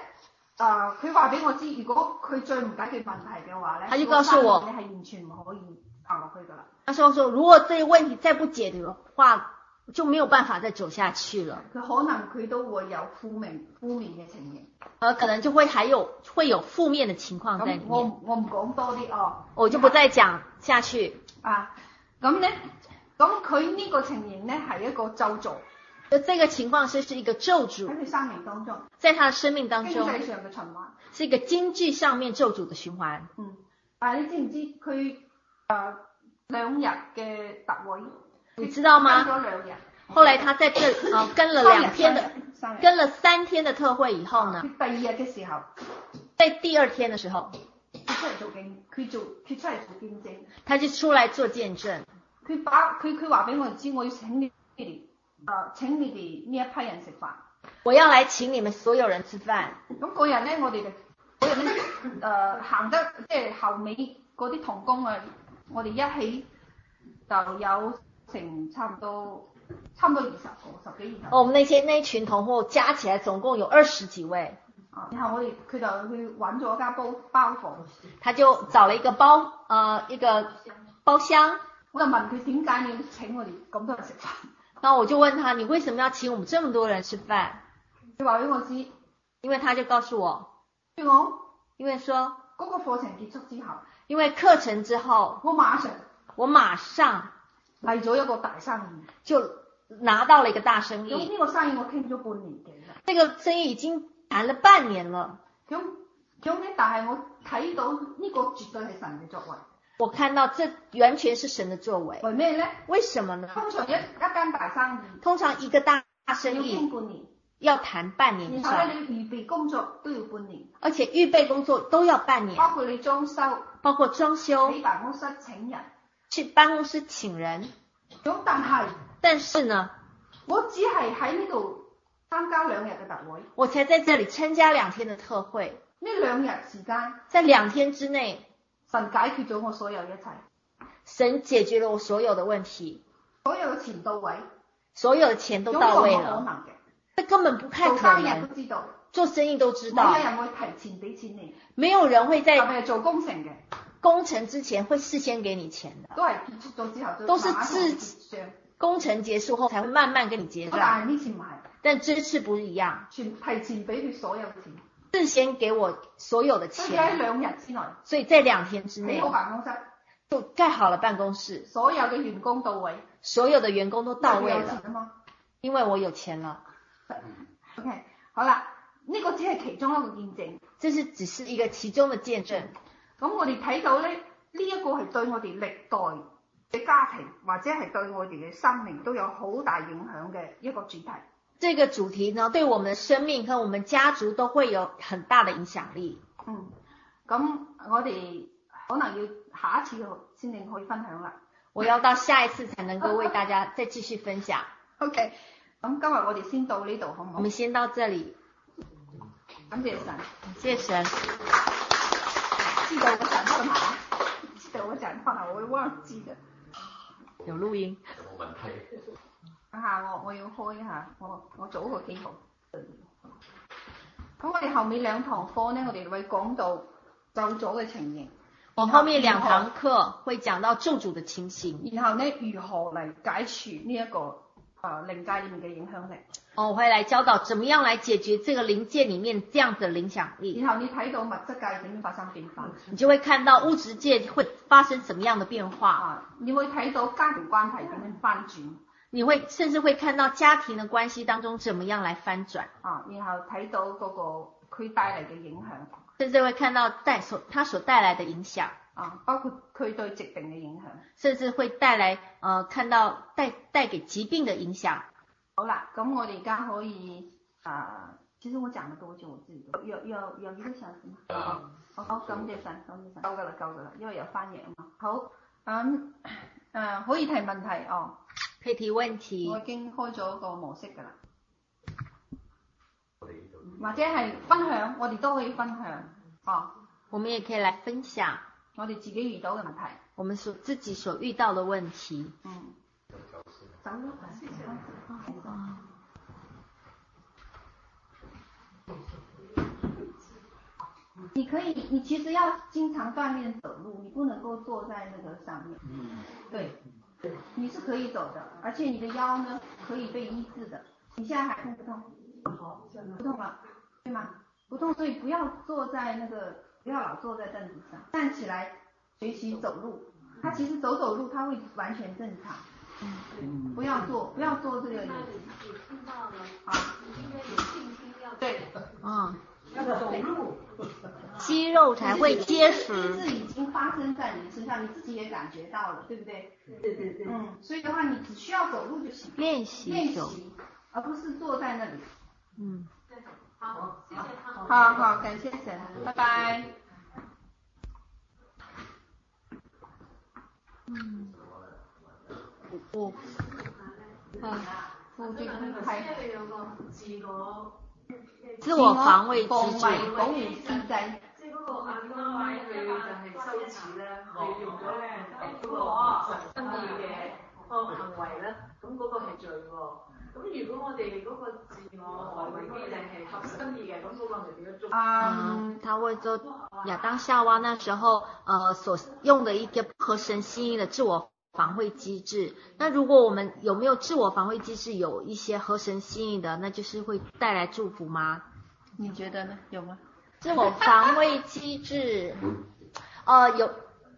S1: 啊、佢話俾我知，如果佢再唔解決問題嘅話咧，
S2: 他就告訴我
S1: 你係完全唔可以行落去噶啦。
S2: 他说说如果这个问题再不解决的话，就没有办法再走下去了，
S1: 佢可能佢都會有負面負面嘅情形。
S2: 呃，可能就会还有会有负面的情况在里
S1: 咁我
S2: 面，
S1: 唔我唔講多啲哦。
S2: 我就不再讲下去。
S1: 啊，咁咧，咁佢呢個情形咧係一個咒詛
S2: 呃这个情况是是一个咒
S1: 喺
S2: 诅，
S1: 佢生命當中，
S2: 在他的生命当
S1: 經
S2: 中
S1: 濟上嘅循環。
S2: 是一个经济上面咒诅的循环。
S1: 嗯，但係你知唔知佢啊、兩日嘅特會，
S2: 你知道
S1: 跟
S2: 吗？
S1: 咗兩日，
S2: 后来他在这呃跟了
S1: 三日
S2: 两天的，
S1: 三日三日
S2: 跟啊了三天的特会以后呢，
S1: 佢第二日嘅時候，
S2: 在第二天的时候，
S1: 佢出嚟做見，佢做佢出嚟做見證，
S2: 他就出来做见证。
S1: 佢把佢佢話俾我哋知，我要請你哋，誒請你哋呢一批人食飯。
S2: 我要来请你们所有人吃饭。
S1: 咁嗰日咧，我哋就嗰日咧，誒、行得即係後尾嗰啲童工啊，我哋一起就有成差唔多差唔多二十個，十幾二十個
S2: 哦，我们那些那一群同伙加起来总共有二十几位，
S1: 啊。然後我哋佢就去揾咗間包包房，
S2: 他就找了一个包呃一个包厢，
S1: 我就問佢點解你要請我哋咁多人食飯？
S2: 然后我就问他你为什么要請我们这么多人吃饭？
S1: 佢話俾我知，
S2: 因为他就告诉我，
S1: 跟住我
S2: 因为说
S1: 嗰個課程結束之後，
S2: 因为课程之后，
S1: 我馬上
S2: 我马上
S1: 嚟咗一個大生意。
S2: 就拿到了一个大生
S1: 咁
S2: 意，
S1: 呢個生意我傾咗半年幾啦。
S2: 这个生意已经谈了半年了。
S1: 咁咁咧，但係我睇到呢個絕對係神嘅作為。
S2: 我看到这完全是神的作为，
S1: 為咩咧？
S2: 为什么呢？
S1: 通常一一間大生意
S2: 通常一个大
S1: 要
S2: 生意
S1: 傾半年，
S2: 要谈半年以
S1: 然
S2: 上
S1: 後，咧你預備工作都要半年，
S2: 而且预备工作都要半年，
S1: 包括你裝修、
S2: 包括装修、
S1: 喺辦公室請人。
S2: 去办公室请人。
S1: 咁但係
S2: 但是呢，
S1: 我只係喺呢度參加兩日嘅特會，
S2: 我才在这里参加兩天的特会，
S1: 呢兩日時間，
S2: 在兩天之内，
S1: 神解決咗我所有一切，
S2: 神解决了我所有的问题，
S1: 所有嘅錢到位，
S2: 所有的钱
S1: 有
S2: 都
S1: 呢
S2: 到
S1: 個
S2: 位
S1: 冇可
S2: 了，
S1: 能嘅。
S2: 这根本不太
S1: 做
S2: 可
S1: 生意
S2: 能。
S1: 都知道，
S2: 做生意都知
S1: 冇
S2: 道
S1: 有，人會提前俾錢你，
S2: 没有人会
S1: 特
S2: 在
S1: 別係做工程嘅，
S2: 工程之前会事先给你钱的，
S1: 都係結束咗之後就
S2: 都是
S1: 慢慢同你
S2: 自
S1: 結帳
S2: 工程结束后才会慢慢跟你结账。
S1: 但係呢次唔係，
S2: 但这次不一样，
S1: 全提前俾佢所有嘅錢。
S2: 事先给我所有的
S1: 所以喺
S2: 钱，
S1: 兩日之內，
S2: 所以在兩天之
S1: 喺
S2: 内
S1: 我辦公室，
S2: 就盖好了办公室，
S1: 所有嘅員工到位，
S2: 所有的员工都到位
S1: 因為佢有
S2: 了，
S1: 錢啊嘛。
S2: 因为我有钱了。
S1: OK，好啦，呢、個只係其中一個見證。
S2: 这是只是一个其中的见证。
S1: 咁我哋睇到咧，呢、一個係對我哋歷代嘅家庭或者係對我哋嘅生命都有好大影響嘅一個主題。
S2: 这个主题呢，对我们的生命和我们家族都会有很大的影响力。
S1: 嗯，咁我哋可能要下一次先至可以分享啦。
S2: 我要到下一次才能够为大家再继续分享。
S1: OK，咁嗯今日我哋先到呢度好唔
S2: 我
S1: 好？
S2: 们先到这里，
S1: 感謝神，
S2: 感谢神。
S1: 知道嗰陣分享，知道嗰陣可能會忘記嘅。
S2: 有录音，
S3: 冇問題。
S1: 等下我我要開一下，我我早過幾號。咁我哋後面兩堂課呢，我哋會講到咒咗嘅情形，
S2: 我后面两堂课会讲到咒诅的情形。
S1: 然後呢如何嚟解除呢、一個啊靈界裏面嘅影響力。
S2: 哦，我会来教导怎么样来解决这个灵界里面这样子的影响力，
S1: 然後你睇到物質界點樣發生變化
S2: 你就会看到物质界会發生什么样的变化。
S1: 啊，你會睇到家庭關係點樣翻轉
S2: 你会甚至会看到家庭的关系当中怎么样来翻转，
S1: 啊，然後睇到嗰、個佢帶嚟嘅影響
S2: 甚至会看到带所它所带来的影响。
S1: 啊，包括佢對疾病嘅影響。
S2: 甚至会带来呃看到带带给疾病的影响。
S1: 好啦，咁我哋而家可以啊、其實我講咗多久我自己都有有有一個小時嘛。
S3: 啊
S1: 好，好，咁謝神，咁謝神，夠噶啦，夠噶啦，因為有翻譯啊嘛。好，咁、呃可以提問題哦，
S2: 可以提问题
S1: 我，已經開咗個模式噶啦，
S3: 我哋呢度
S1: 或者係分享，我哋都可以分享哦，
S2: 我们也可以来分享
S1: 我哋自己遇到嘅問題。
S2: 我们所自己所遇到的问题。
S1: 嗯，
S3: 有教師
S1: 走啦，謝謝你可以，你其实要经常锻炼走路，你不能够坐在那个上面。嗯，对，你是可以走的，而且你的腰呢可以被医治的。你现在还痛不痛？好，不痛了，对吗？不痛，所以不要坐在那个，不要老坐在凳子上，站起来学习走路。他其实走走路，他会完全正常。不要做，不要做这个。
S4: 那你也看到了，
S1: 啊，
S4: 你应该有信心要
S1: 对，
S2: 嗯，
S1: 走路，
S2: 肌肉才会结实。
S1: 这已经发生在你身上，你自己也感觉到了，对不对？
S3: 对对对，
S1: 嗯，所以的话，你只需要走路就行，
S2: 练
S1: 练
S2: 习走，
S1: 习，而不是坐在那里。
S2: 嗯，
S3: 好，谢谢汤姆
S1: 好好，感谢神，拜拜。
S5: 嗯
S2: 我
S1: 父君係
S2: 自我防衛
S1: 防
S2: 之
S1: 衛
S2: 主，
S1: 保護之制。啊，
S2: 嗯，他会做亚当夏娃那时候呃所用的一个不合神心意的自我防卫机制。那如果我们有没有自我防卫机制，有一些合神心意的，那就是会带来祝福吗？
S1: 你觉得呢？有吗？
S2: 自我防卫机制，呃，有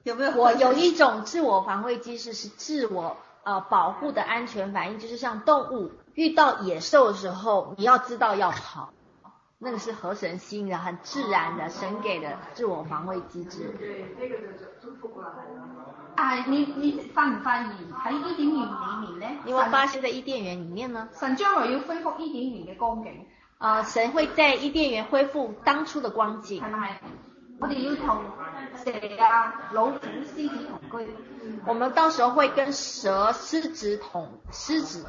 S1: 有没有？
S2: 我有一种自我防卫机制是自我呃保护的安全反应，就是像动物遇到野兽的时候，你要知道要跑，那个是合神心的，很自然的，神给的自我防卫机制。
S1: 啊，你你翻唔發現喺呢點二五年
S2: 因为
S1: 呢？
S2: 巴西的伊甸园里面呢，
S1: 神神將來要恢復呢點年嘅光景，
S2: 呃，神会在伊甸园恢复当初的光景
S1: 係。咪？我哋要同蛇啊、老虎、獅子同居，
S2: 我们到时候会跟蛇、狮子同狮子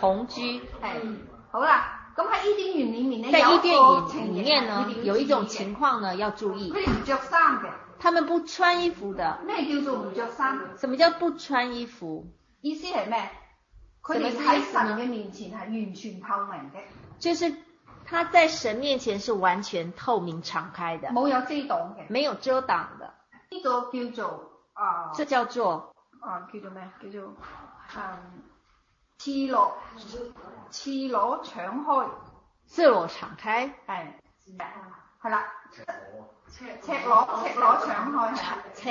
S2: 同居，
S1: 係好啦。咁喺伊甸園裡面呢，
S2: 在伊
S1: 有
S2: 甸
S1: 一個
S2: 园
S1: 情
S2: 里
S1: 形
S2: 面呢
S1: 係，
S2: 有一种
S1: 情啊
S2: 情况呢要注意
S1: 佢，哋唔着衫嘅，
S2: 他们不穿衣服的。
S1: 咩叫做唔着衫？
S2: 什么叫不穿衣服？
S1: 意思係咩？佢哋喺神嘅面前係完全透明嘅，
S2: 就是他在神面前是完全透明敞开的，
S1: 冇有遮擋嘅。
S2: 没有遮挡的，
S1: 呢個叫做啊
S2: 这叫做
S1: 啊叫做咩？叫做嗯赤裸赤裸敞開，
S2: 自我敞开。
S1: 係係啦，赤裸赤裸敞開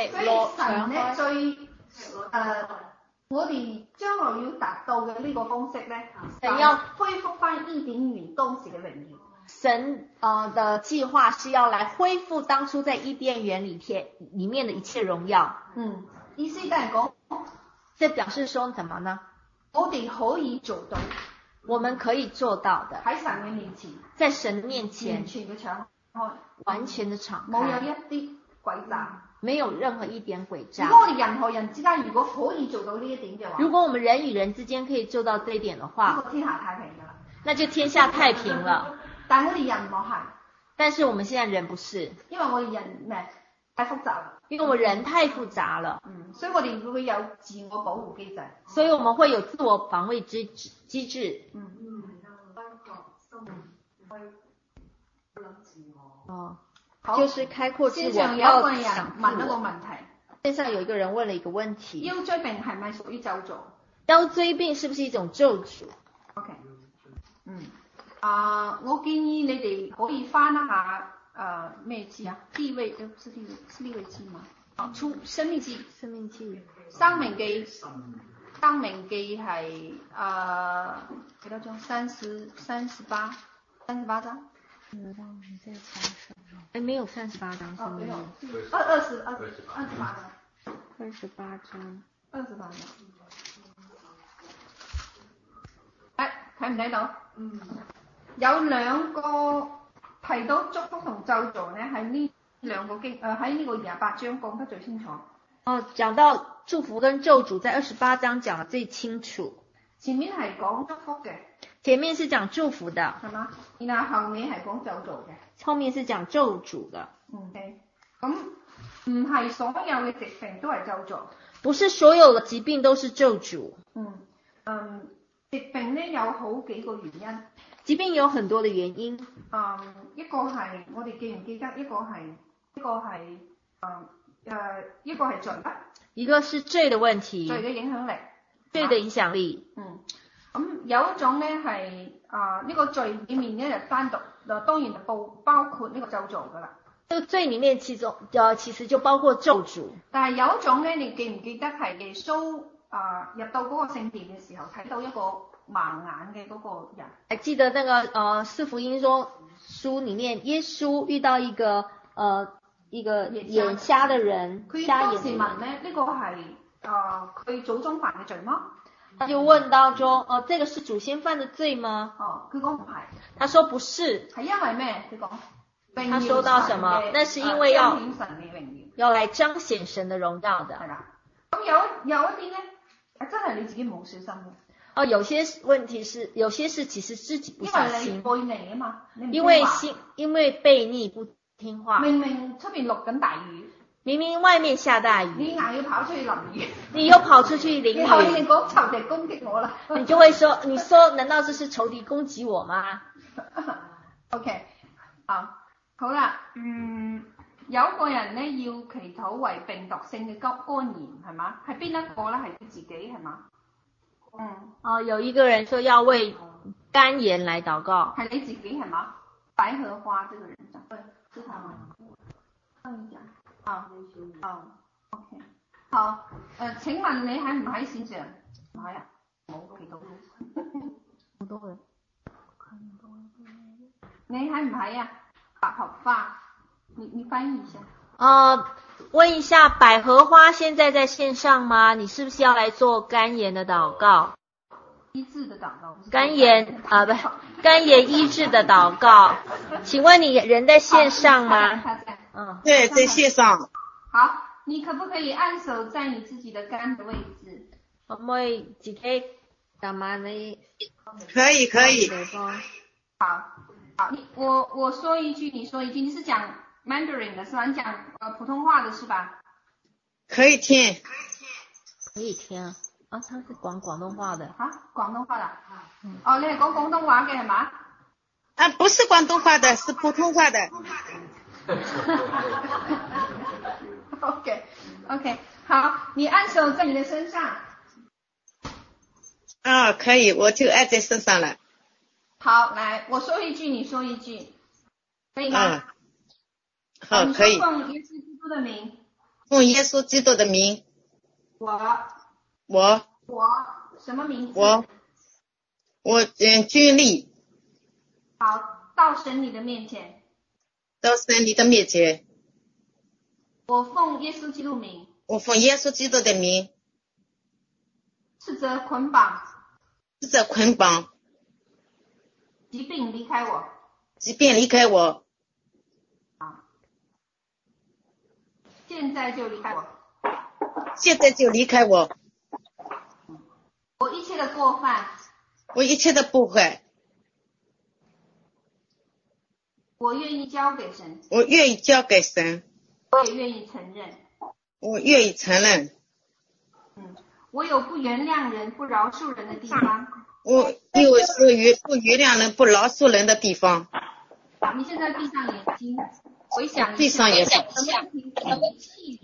S1: 係啦。所
S2: 赤裸
S1: 以神
S2: 敞
S1: 咧
S2: 开，
S1: 最誒，我哋將來要達到嘅呢個方式咧，
S2: 神要
S1: 恢復翻伊甸園當時嘅榮耀。
S2: 神呃的计划是要来恢复当初在伊甸园里天里面的一切荣耀。
S1: 嗯，意思都係講
S2: 这表示说什么呢？
S1: 我哋可以做到
S2: 我们可以做到的，
S1: 喺神嘅面前
S2: 在神面
S1: 完
S2: 前
S1: 全嘅敞開，
S2: 完全的敞
S1: 冇嗯有
S2: 开，
S1: 一啲鬼詐。
S2: 没有任何一点诡
S1: 如
S2: 诈
S1: 果。我哋任何人之間如果可以做到呢一點嘅話，
S2: 如果我们人与人之间可以做到这一点的话
S1: 呢，個天下太平㗎啦。
S2: 那就天下太平了。
S1: 但係我哋人唔係，
S2: 但是我们现在人不是，
S1: 因為我哋人咩太複雜啦，
S2: 因为我们人太复杂了，
S1: 嗯，所以我哋會有自我保護機制。
S2: 所以我们会有自我防卫机制机制。
S1: 嗯，
S2: 哦，
S1: 好。
S2: 就是开阔自
S1: 線
S2: 我，
S1: 上
S2: 不
S1: 有一
S2: 要
S1: 個人
S2: 想
S1: 問一
S2: 自
S1: 個
S2: 我。
S1: 問題：
S2: 线上有一个人问了一个问题：
S1: 腰椎病係咪屬於咒詛
S2: 腰椎病是不是一种咒诅？
S1: ？OK，嗯，啊、我建議你哋可以翻一下誒咩字啊？地位誒不是地位，是地位記嗎？啊，出生命記。
S2: 生命记
S1: 生命記，生命記係誒幾多張？三十三十八，三十八張。
S2: 哎，没有三十八章
S1: 哦，
S2: 生
S1: 沒
S2: 命
S1: 有
S2: 记，，
S1: 二二十二二十八張，
S2: 二十八章。
S1: 二十八張。誒，睇唔睇到？嗯。有兩個提到祝福同咒詛咧，喺呢兩個經呃誒喺呢個廿八章講得最清楚。
S2: 哦，讲到祝福跟咒诅，在二十八章讲的最清楚。
S1: 前面係講祝福嘅，
S2: 前面是讲祝福的，
S1: 係嘛？然後後面係講咒詛嘅。
S2: 后面是讲咒诅的。
S1: 嗯，咁唔係所有嘅疾病都係咒詛。
S2: 不是所有的疾病都是咒诅，
S1: 嗯，嗯，疾病咧有好幾個原因。
S2: 疾病有很多的原因。
S1: 嗯，一個係我哋記唔記得？一個係一個係嗯誒，一個係罪啦，
S2: 一个是罪的问题，
S1: 罪嘅影響力。
S2: 罪的影响力。
S1: 嗯，咁有一種咧係啊呢個罪裡面咧就單獨，嗱當然就包包括呢個咒詛噶啦。
S2: 这个罪里面其中呃其实就包括咒诅。
S1: 但係有一種咧，你記唔記得係耶穌啊、入到嗰個聖殿嘅時候睇到一個盲眼嘅嗰個人？
S2: 还记得那个呃四福音说书里面，耶稣遇到一个呃一个
S1: 眼瞎
S2: 眼瞎的人，
S1: 佢
S2: 瞎
S1: 當
S2: 眼
S1: 時
S2: 的人
S1: 問咧，呢、個係啊佢祖宗犯嘅罪嗎？
S2: 他就问到说，哦、这个是祖先犯的罪吗？
S1: 哦，佢講唔係，
S2: 他说不是，
S1: 係因為咩？佢講榮
S2: 他
S1: 耀
S2: 收到
S1: 神
S2: 什麼
S1: 嘅
S2: 那是
S1: 啊
S2: 因為要
S1: 彰顯神嘅榮耀。
S2: 要来彰显神的荣耀的
S1: 係。啦。咁有有一啲咧，啊真係你自己冇小心嘅，
S2: 哦，有些問題是有些事其實自己不
S1: 因
S2: 小
S1: 為你
S2: 心，
S1: 背逆啊嘛，你唔
S2: 因為
S1: 聽話
S2: 心因為悖逆不聽話，
S1: 明明出邊落緊大雨，
S2: 明明外面下大
S1: 你
S2: 雨，
S1: 硬要跑出去淋雨，
S2: 你又跑出去淋
S1: 然後
S2: 雨，
S1: 你講仇敵攻擊我啦。
S2: 你就會說，你說難道這是仇敵攻擊我嗎？
S1: [LAUGHS] OK，啊，好啦，嗯，有一個人咧要祈禱為病毒性嘅肝肝炎係嘛？係邊一個咧？係佢自己係嘛？嗯，
S2: 哦，有一個人說要為肝炎來禱告，
S1: 係你自己係嘛？白荷花這個人長對，知道嗎？看一下，啊，啊，OK，好，誒、呃，請問你喺唔喺線上？唔喺啊，冇祈禱。
S2: 好多人
S1: [LAUGHS] 你喺唔喺啊？白荷花，你你翻譯一下。
S2: 呃，問一下百合花現在在線上嗎？你是不是要來做肝炎的禱告？
S1: 一致的祷告。
S2: 肝炎啊，不，肝炎医治的祷告，請問你人在線上嗎？
S1: 他在。
S2: [LAUGHS] 嗯，
S4: 对，在线上。
S1: 好，你可不可以按手在你自己的肝的位置？
S2: 可唔可以自己撳下你
S4: 可以，可以。
S2: 地方？
S1: 好，好，你我我说一句，你说一句。你是讲 Mandarin 的是吧？你讲呃普通话的是吧？
S4: 可以听，
S2: 可以听啊，啊，他是讲广东话的，
S1: 啊，广东话的。哦，你系讲广东话嘅系嘛？ [LAUGHS]
S4: 啊，不是广东话的，是普通话的。
S1: OK OK，好，你按手在你的身上。
S4: 啊，可以，我就按在身上了。
S1: 好，来，我说一句，你说一句，可以吗
S4: 嗯？，好，
S1: 你说
S4: 可以。
S1: 奉耶稣基督的名，
S4: 奉耶稣基督的名，
S1: 我
S4: 我
S1: 我什么名字？
S4: 我我嗯，尽力
S1: 好，到神你的面前，
S4: 到神你的面前。
S1: 我奉耶稣基督名，
S4: 我奉耶稣基督的名，
S1: 斥责捆绑
S4: 试着捆绑
S1: 疾病离开我。
S4: 疾病离开我，
S1: 啊，现在就离开我，
S4: 现在就离开我。
S1: 我一切的过犯，
S4: 我一切的不坏，
S1: 我愿意交给神，
S4: 我愿意交给神，
S1: 我也愿意承认。
S4: 我愿意承认，
S1: 嗯，我有不原谅人、不饶恕人的地方。
S4: 我有属于不原谅人、不饶恕人的地方。
S1: 你现在闭上眼睛，回想一
S4: 闭
S1: 下
S4: 上眼
S1: 什么事情什么气你，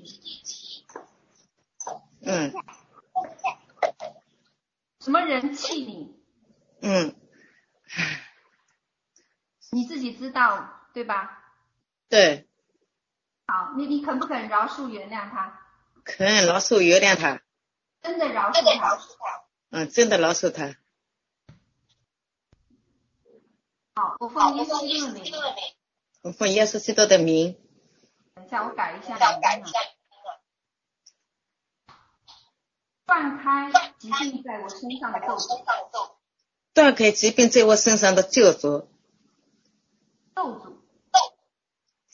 S4: 嗯
S1: 什么人气你，
S4: 嗯，
S1: 你自己知道对吧？
S4: 对，
S1: 好，你你肯不肯饶恕、原谅他？
S4: 肯饶恕原谅他，
S1: 真的饶恕他。
S4: 嗯，真的饶恕他。
S1: 好，我奉耶稣基督的名，
S4: 我奉耶稣基督的名，
S1: 等一下我改一下名啊字。断开疾病在我身上的咒诅，
S4: 断开疾病在我身上的救主，
S1: 咒诅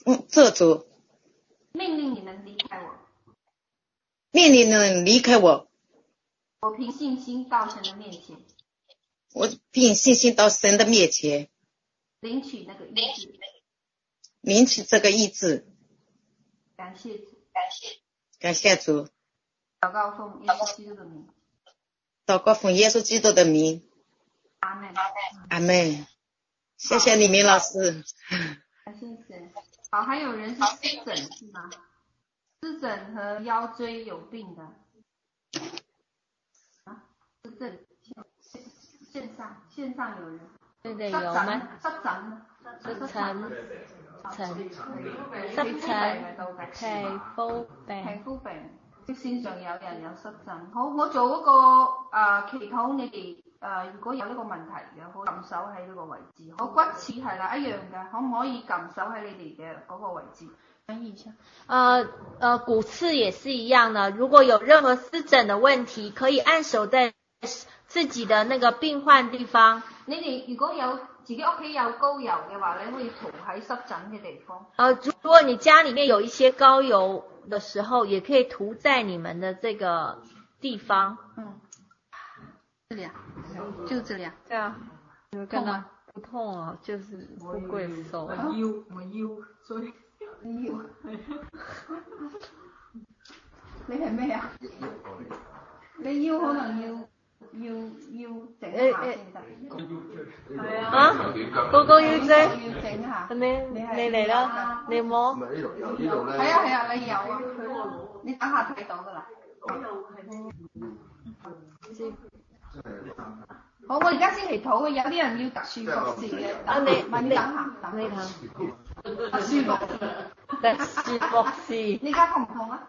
S4: 嗯，咒诅，
S1: 命令你们离开我。
S4: 命令人离开我。
S1: 我凭信心到神的面前，
S4: 我并信心到神的面前，
S1: 领取那个医治。
S4: 领取这个意志。
S1: 感谢主，
S4: 感谢主，
S1: 祷告奉耶稣基督的名，
S4: 祷告奉耶稣基督的名，
S1: 阿门。
S4: 阿门。谢谢李明老师。
S1: 感谢神。好，还有人是湿疹是吗？湿疹和腰椎有病的，啊，湿疹线线上线上有人。
S2: 对对，
S1: 湿
S2: 有
S1: 疹
S2: 吗？
S1: 湿疹
S2: 濕
S1: 疹，
S2: 疹濕疹皮
S1: 皮
S2: 膚病，
S1: 皮膚啊病，即線上有人有濕疹。好，我做嗰、個、呃、祈禱，你哋呃如果有呢個問題嘅，可以撳手喺呢個位置。我骨刺係啦，一樣嘅，可唔可以撳手喺你哋嘅嗰個位置？翻译一下。
S2: 呃呃，骨刺也是一样的。如果有任何湿疹的问题，可以按手在自己的那个病患地方。
S1: 你哋如果有自己屋企有膏油嘅話，你可以塗喺濕疹嘅地方。
S2: 呃，如如果你家里面有一些膏油的时候，也可以涂在你们的这个地方。
S1: 嗯，这里啊，就这里啊，
S2: 对啊，
S6: 你们
S1: 看到
S6: 不痛啊，就是不会手
S1: 啊
S3: 腰，我腰，所以
S1: 你係咩啊？你腰可能要要要整
S2: 誒
S1: 下
S2: 誒
S1: 先得，
S3: 係啊，
S2: 啊，高高腰椎，
S1: 要整下。
S6: 你你嚟啦，你摸 [LAUGHS]
S5: 唔係呢度，由呢度咧，
S1: 係啊係啊，你有啊，你等下睇到㗎啦。
S5: 真係
S1: 好，我而家先祈禱嘅，有啲人要特殊服侍嘅。
S5: 啊
S1: 你你等下，等你等，特殊服侍。
S6: 但是博士，
S1: 你而家痛唔痛啊？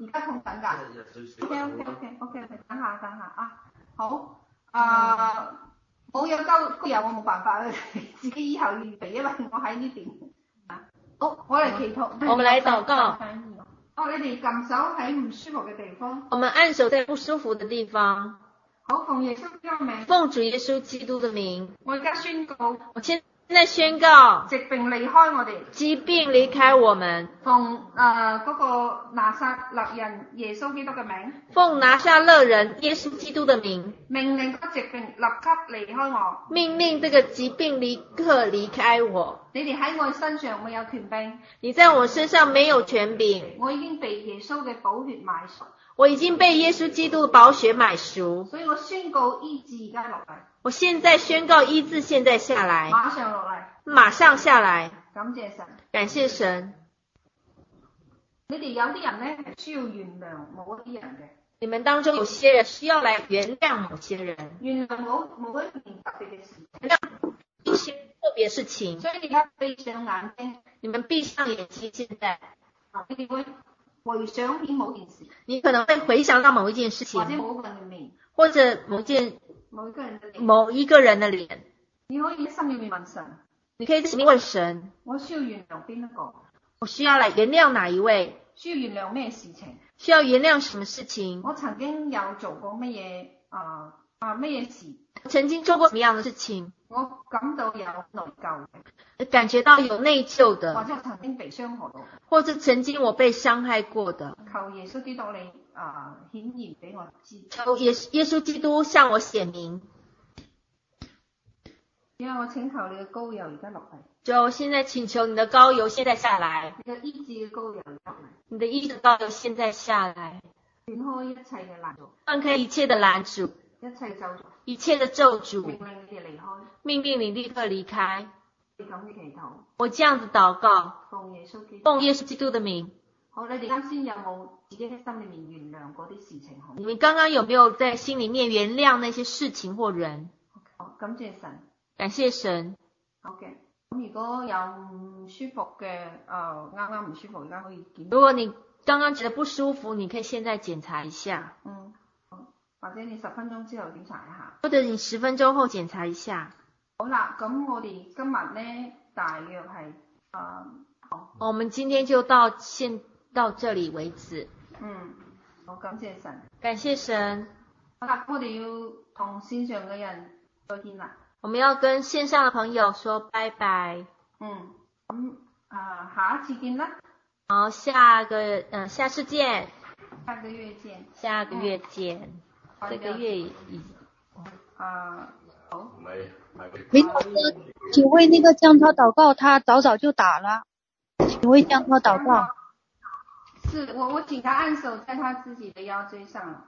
S1: 而家痛緊㗎。OK OK OK OK OK，等下等下啊，好啊，冇有交都有我冇辦法啦，自己以後要預備，因為我喺呢邊啊。好，我嚟祈禱。
S2: 我們來禱告。
S1: 哦，你哋撳手喺唔舒服嘅地方。
S2: 我们按手在不舒服的地方。
S1: 好，奉耶穌基督嘅名，
S2: 奉主耶稣基督的名，
S1: 我而家宣告
S2: 我现在宣告
S1: 疾病離開我哋。
S2: 疾病离开我们。
S1: 奉誒嗰個拿撒勒人耶穌基督嘅名，
S2: 奉拿下勒人耶稣基督的名，
S1: 命令嗰疾病立即離開我。
S2: 命令这个疾病立刻离开我。
S1: 你哋喺我身上冇有權柄，
S2: 你在我身上没有权柄，
S1: 我已經被耶穌嘅寶血買贖，
S2: 我已经被耶稣基督的宝血买赎。
S1: 所以我宣告醫治而家落嚟，
S2: 我现在宣告医治，现在下来，
S1: 馬上落嚟，
S2: 马上下来，
S1: 感謝神。
S2: 感谢神。
S1: 你哋有啲人咧係需要原諒某一啲人嘅，
S2: 你们当中有些人需要来原谅某些人，
S1: 原諒某某一件特別嘅事，
S2: 原谅一些特别事情。
S1: 所以你而家閉上眼睛，啊
S2: 你们闭上眼睛，现在
S1: 你哋會回想起某件事，
S2: 你可能会回想到某一件事
S1: 或者
S2: 情，
S1: 某個人嘅面，
S2: 或者某件
S1: 某一個人嘅臉，
S2: 某一个人的脸。
S1: 你可以一心裏面問神。
S2: 你可以在心里问神：
S1: 我需要原諒邊一個？
S2: 我需要来原谅哪一位？
S1: 需要原諒咩事情？
S2: 需要原谅什么事情？
S1: 我曾經有做過乜嘢啊啊乜嘢事？
S2: 我曾经做过什么样的事情？
S1: 我感到有內疚嘅，
S2: 感觉到有内疚
S1: 或
S2: 的，
S1: 者我曾經被傷害到，
S2: 或者曾经我被伤害过的，
S1: 求耶穌基督你啊顯現俾我知。
S2: 求耶耶稣基督向我显明。
S1: 因為我請求你嘅膏油而家落嚟，
S2: 就现在请求你的膏油现在下来，
S1: 你嘅醫治嘅膏油落嚟，
S2: 你的医治膏油现在下来，
S1: 斷開一切嘅難度，
S2: 断开一切的拦阻，
S1: 一切咒詛
S2: 一切的咒
S1: 命
S2: 诅，
S1: 令你哋離開。
S2: 命令你立刻离开。
S1: 你咁嘅祈禱，
S2: 我这样子祷告，
S1: 奉耶穌基督。
S2: 奉耶稣基督的名。
S1: 好，你哋啱先有冇自己喺心裏面原諒嗰啲事情？好唔
S2: 你们刚刚有没有在心里面原谅那些事情或人？
S1: 好，好感謝神。
S2: 感谢神。
S1: 好嘅，咁如果有唔舒服嘅，诶啱啱唔舒服，而家可以檢，
S2: 如果你刚刚觉得不舒服，你可以现在检查一下，
S1: 嗯，好或者你十分鐘之後檢查一下。
S2: 或者你十分钟后检查一下。
S1: 好啦，咁我哋今日咧大約係啊，
S2: 哦我们今天就到现到这里为止，
S1: 嗯，好感謝神。
S2: 感谢神。
S1: 好啦，咁我哋要同線上嘅人再見啦。
S2: 我们要跟线上的朋友说拜拜。
S1: 嗯，咁啊、下一次見啦，
S2: 好，下个嗯、呃下次见，
S1: 下個月見。
S2: 下个月见，
S1: 好
S2: 这个
S1: 的
S2: 月已
S1: 啊、好，
S7: 林老师，请为那个江涛祷告，他早早就打了，请为江涛祷告。
S1: 是我我请他按手在他自己的腰椎上了。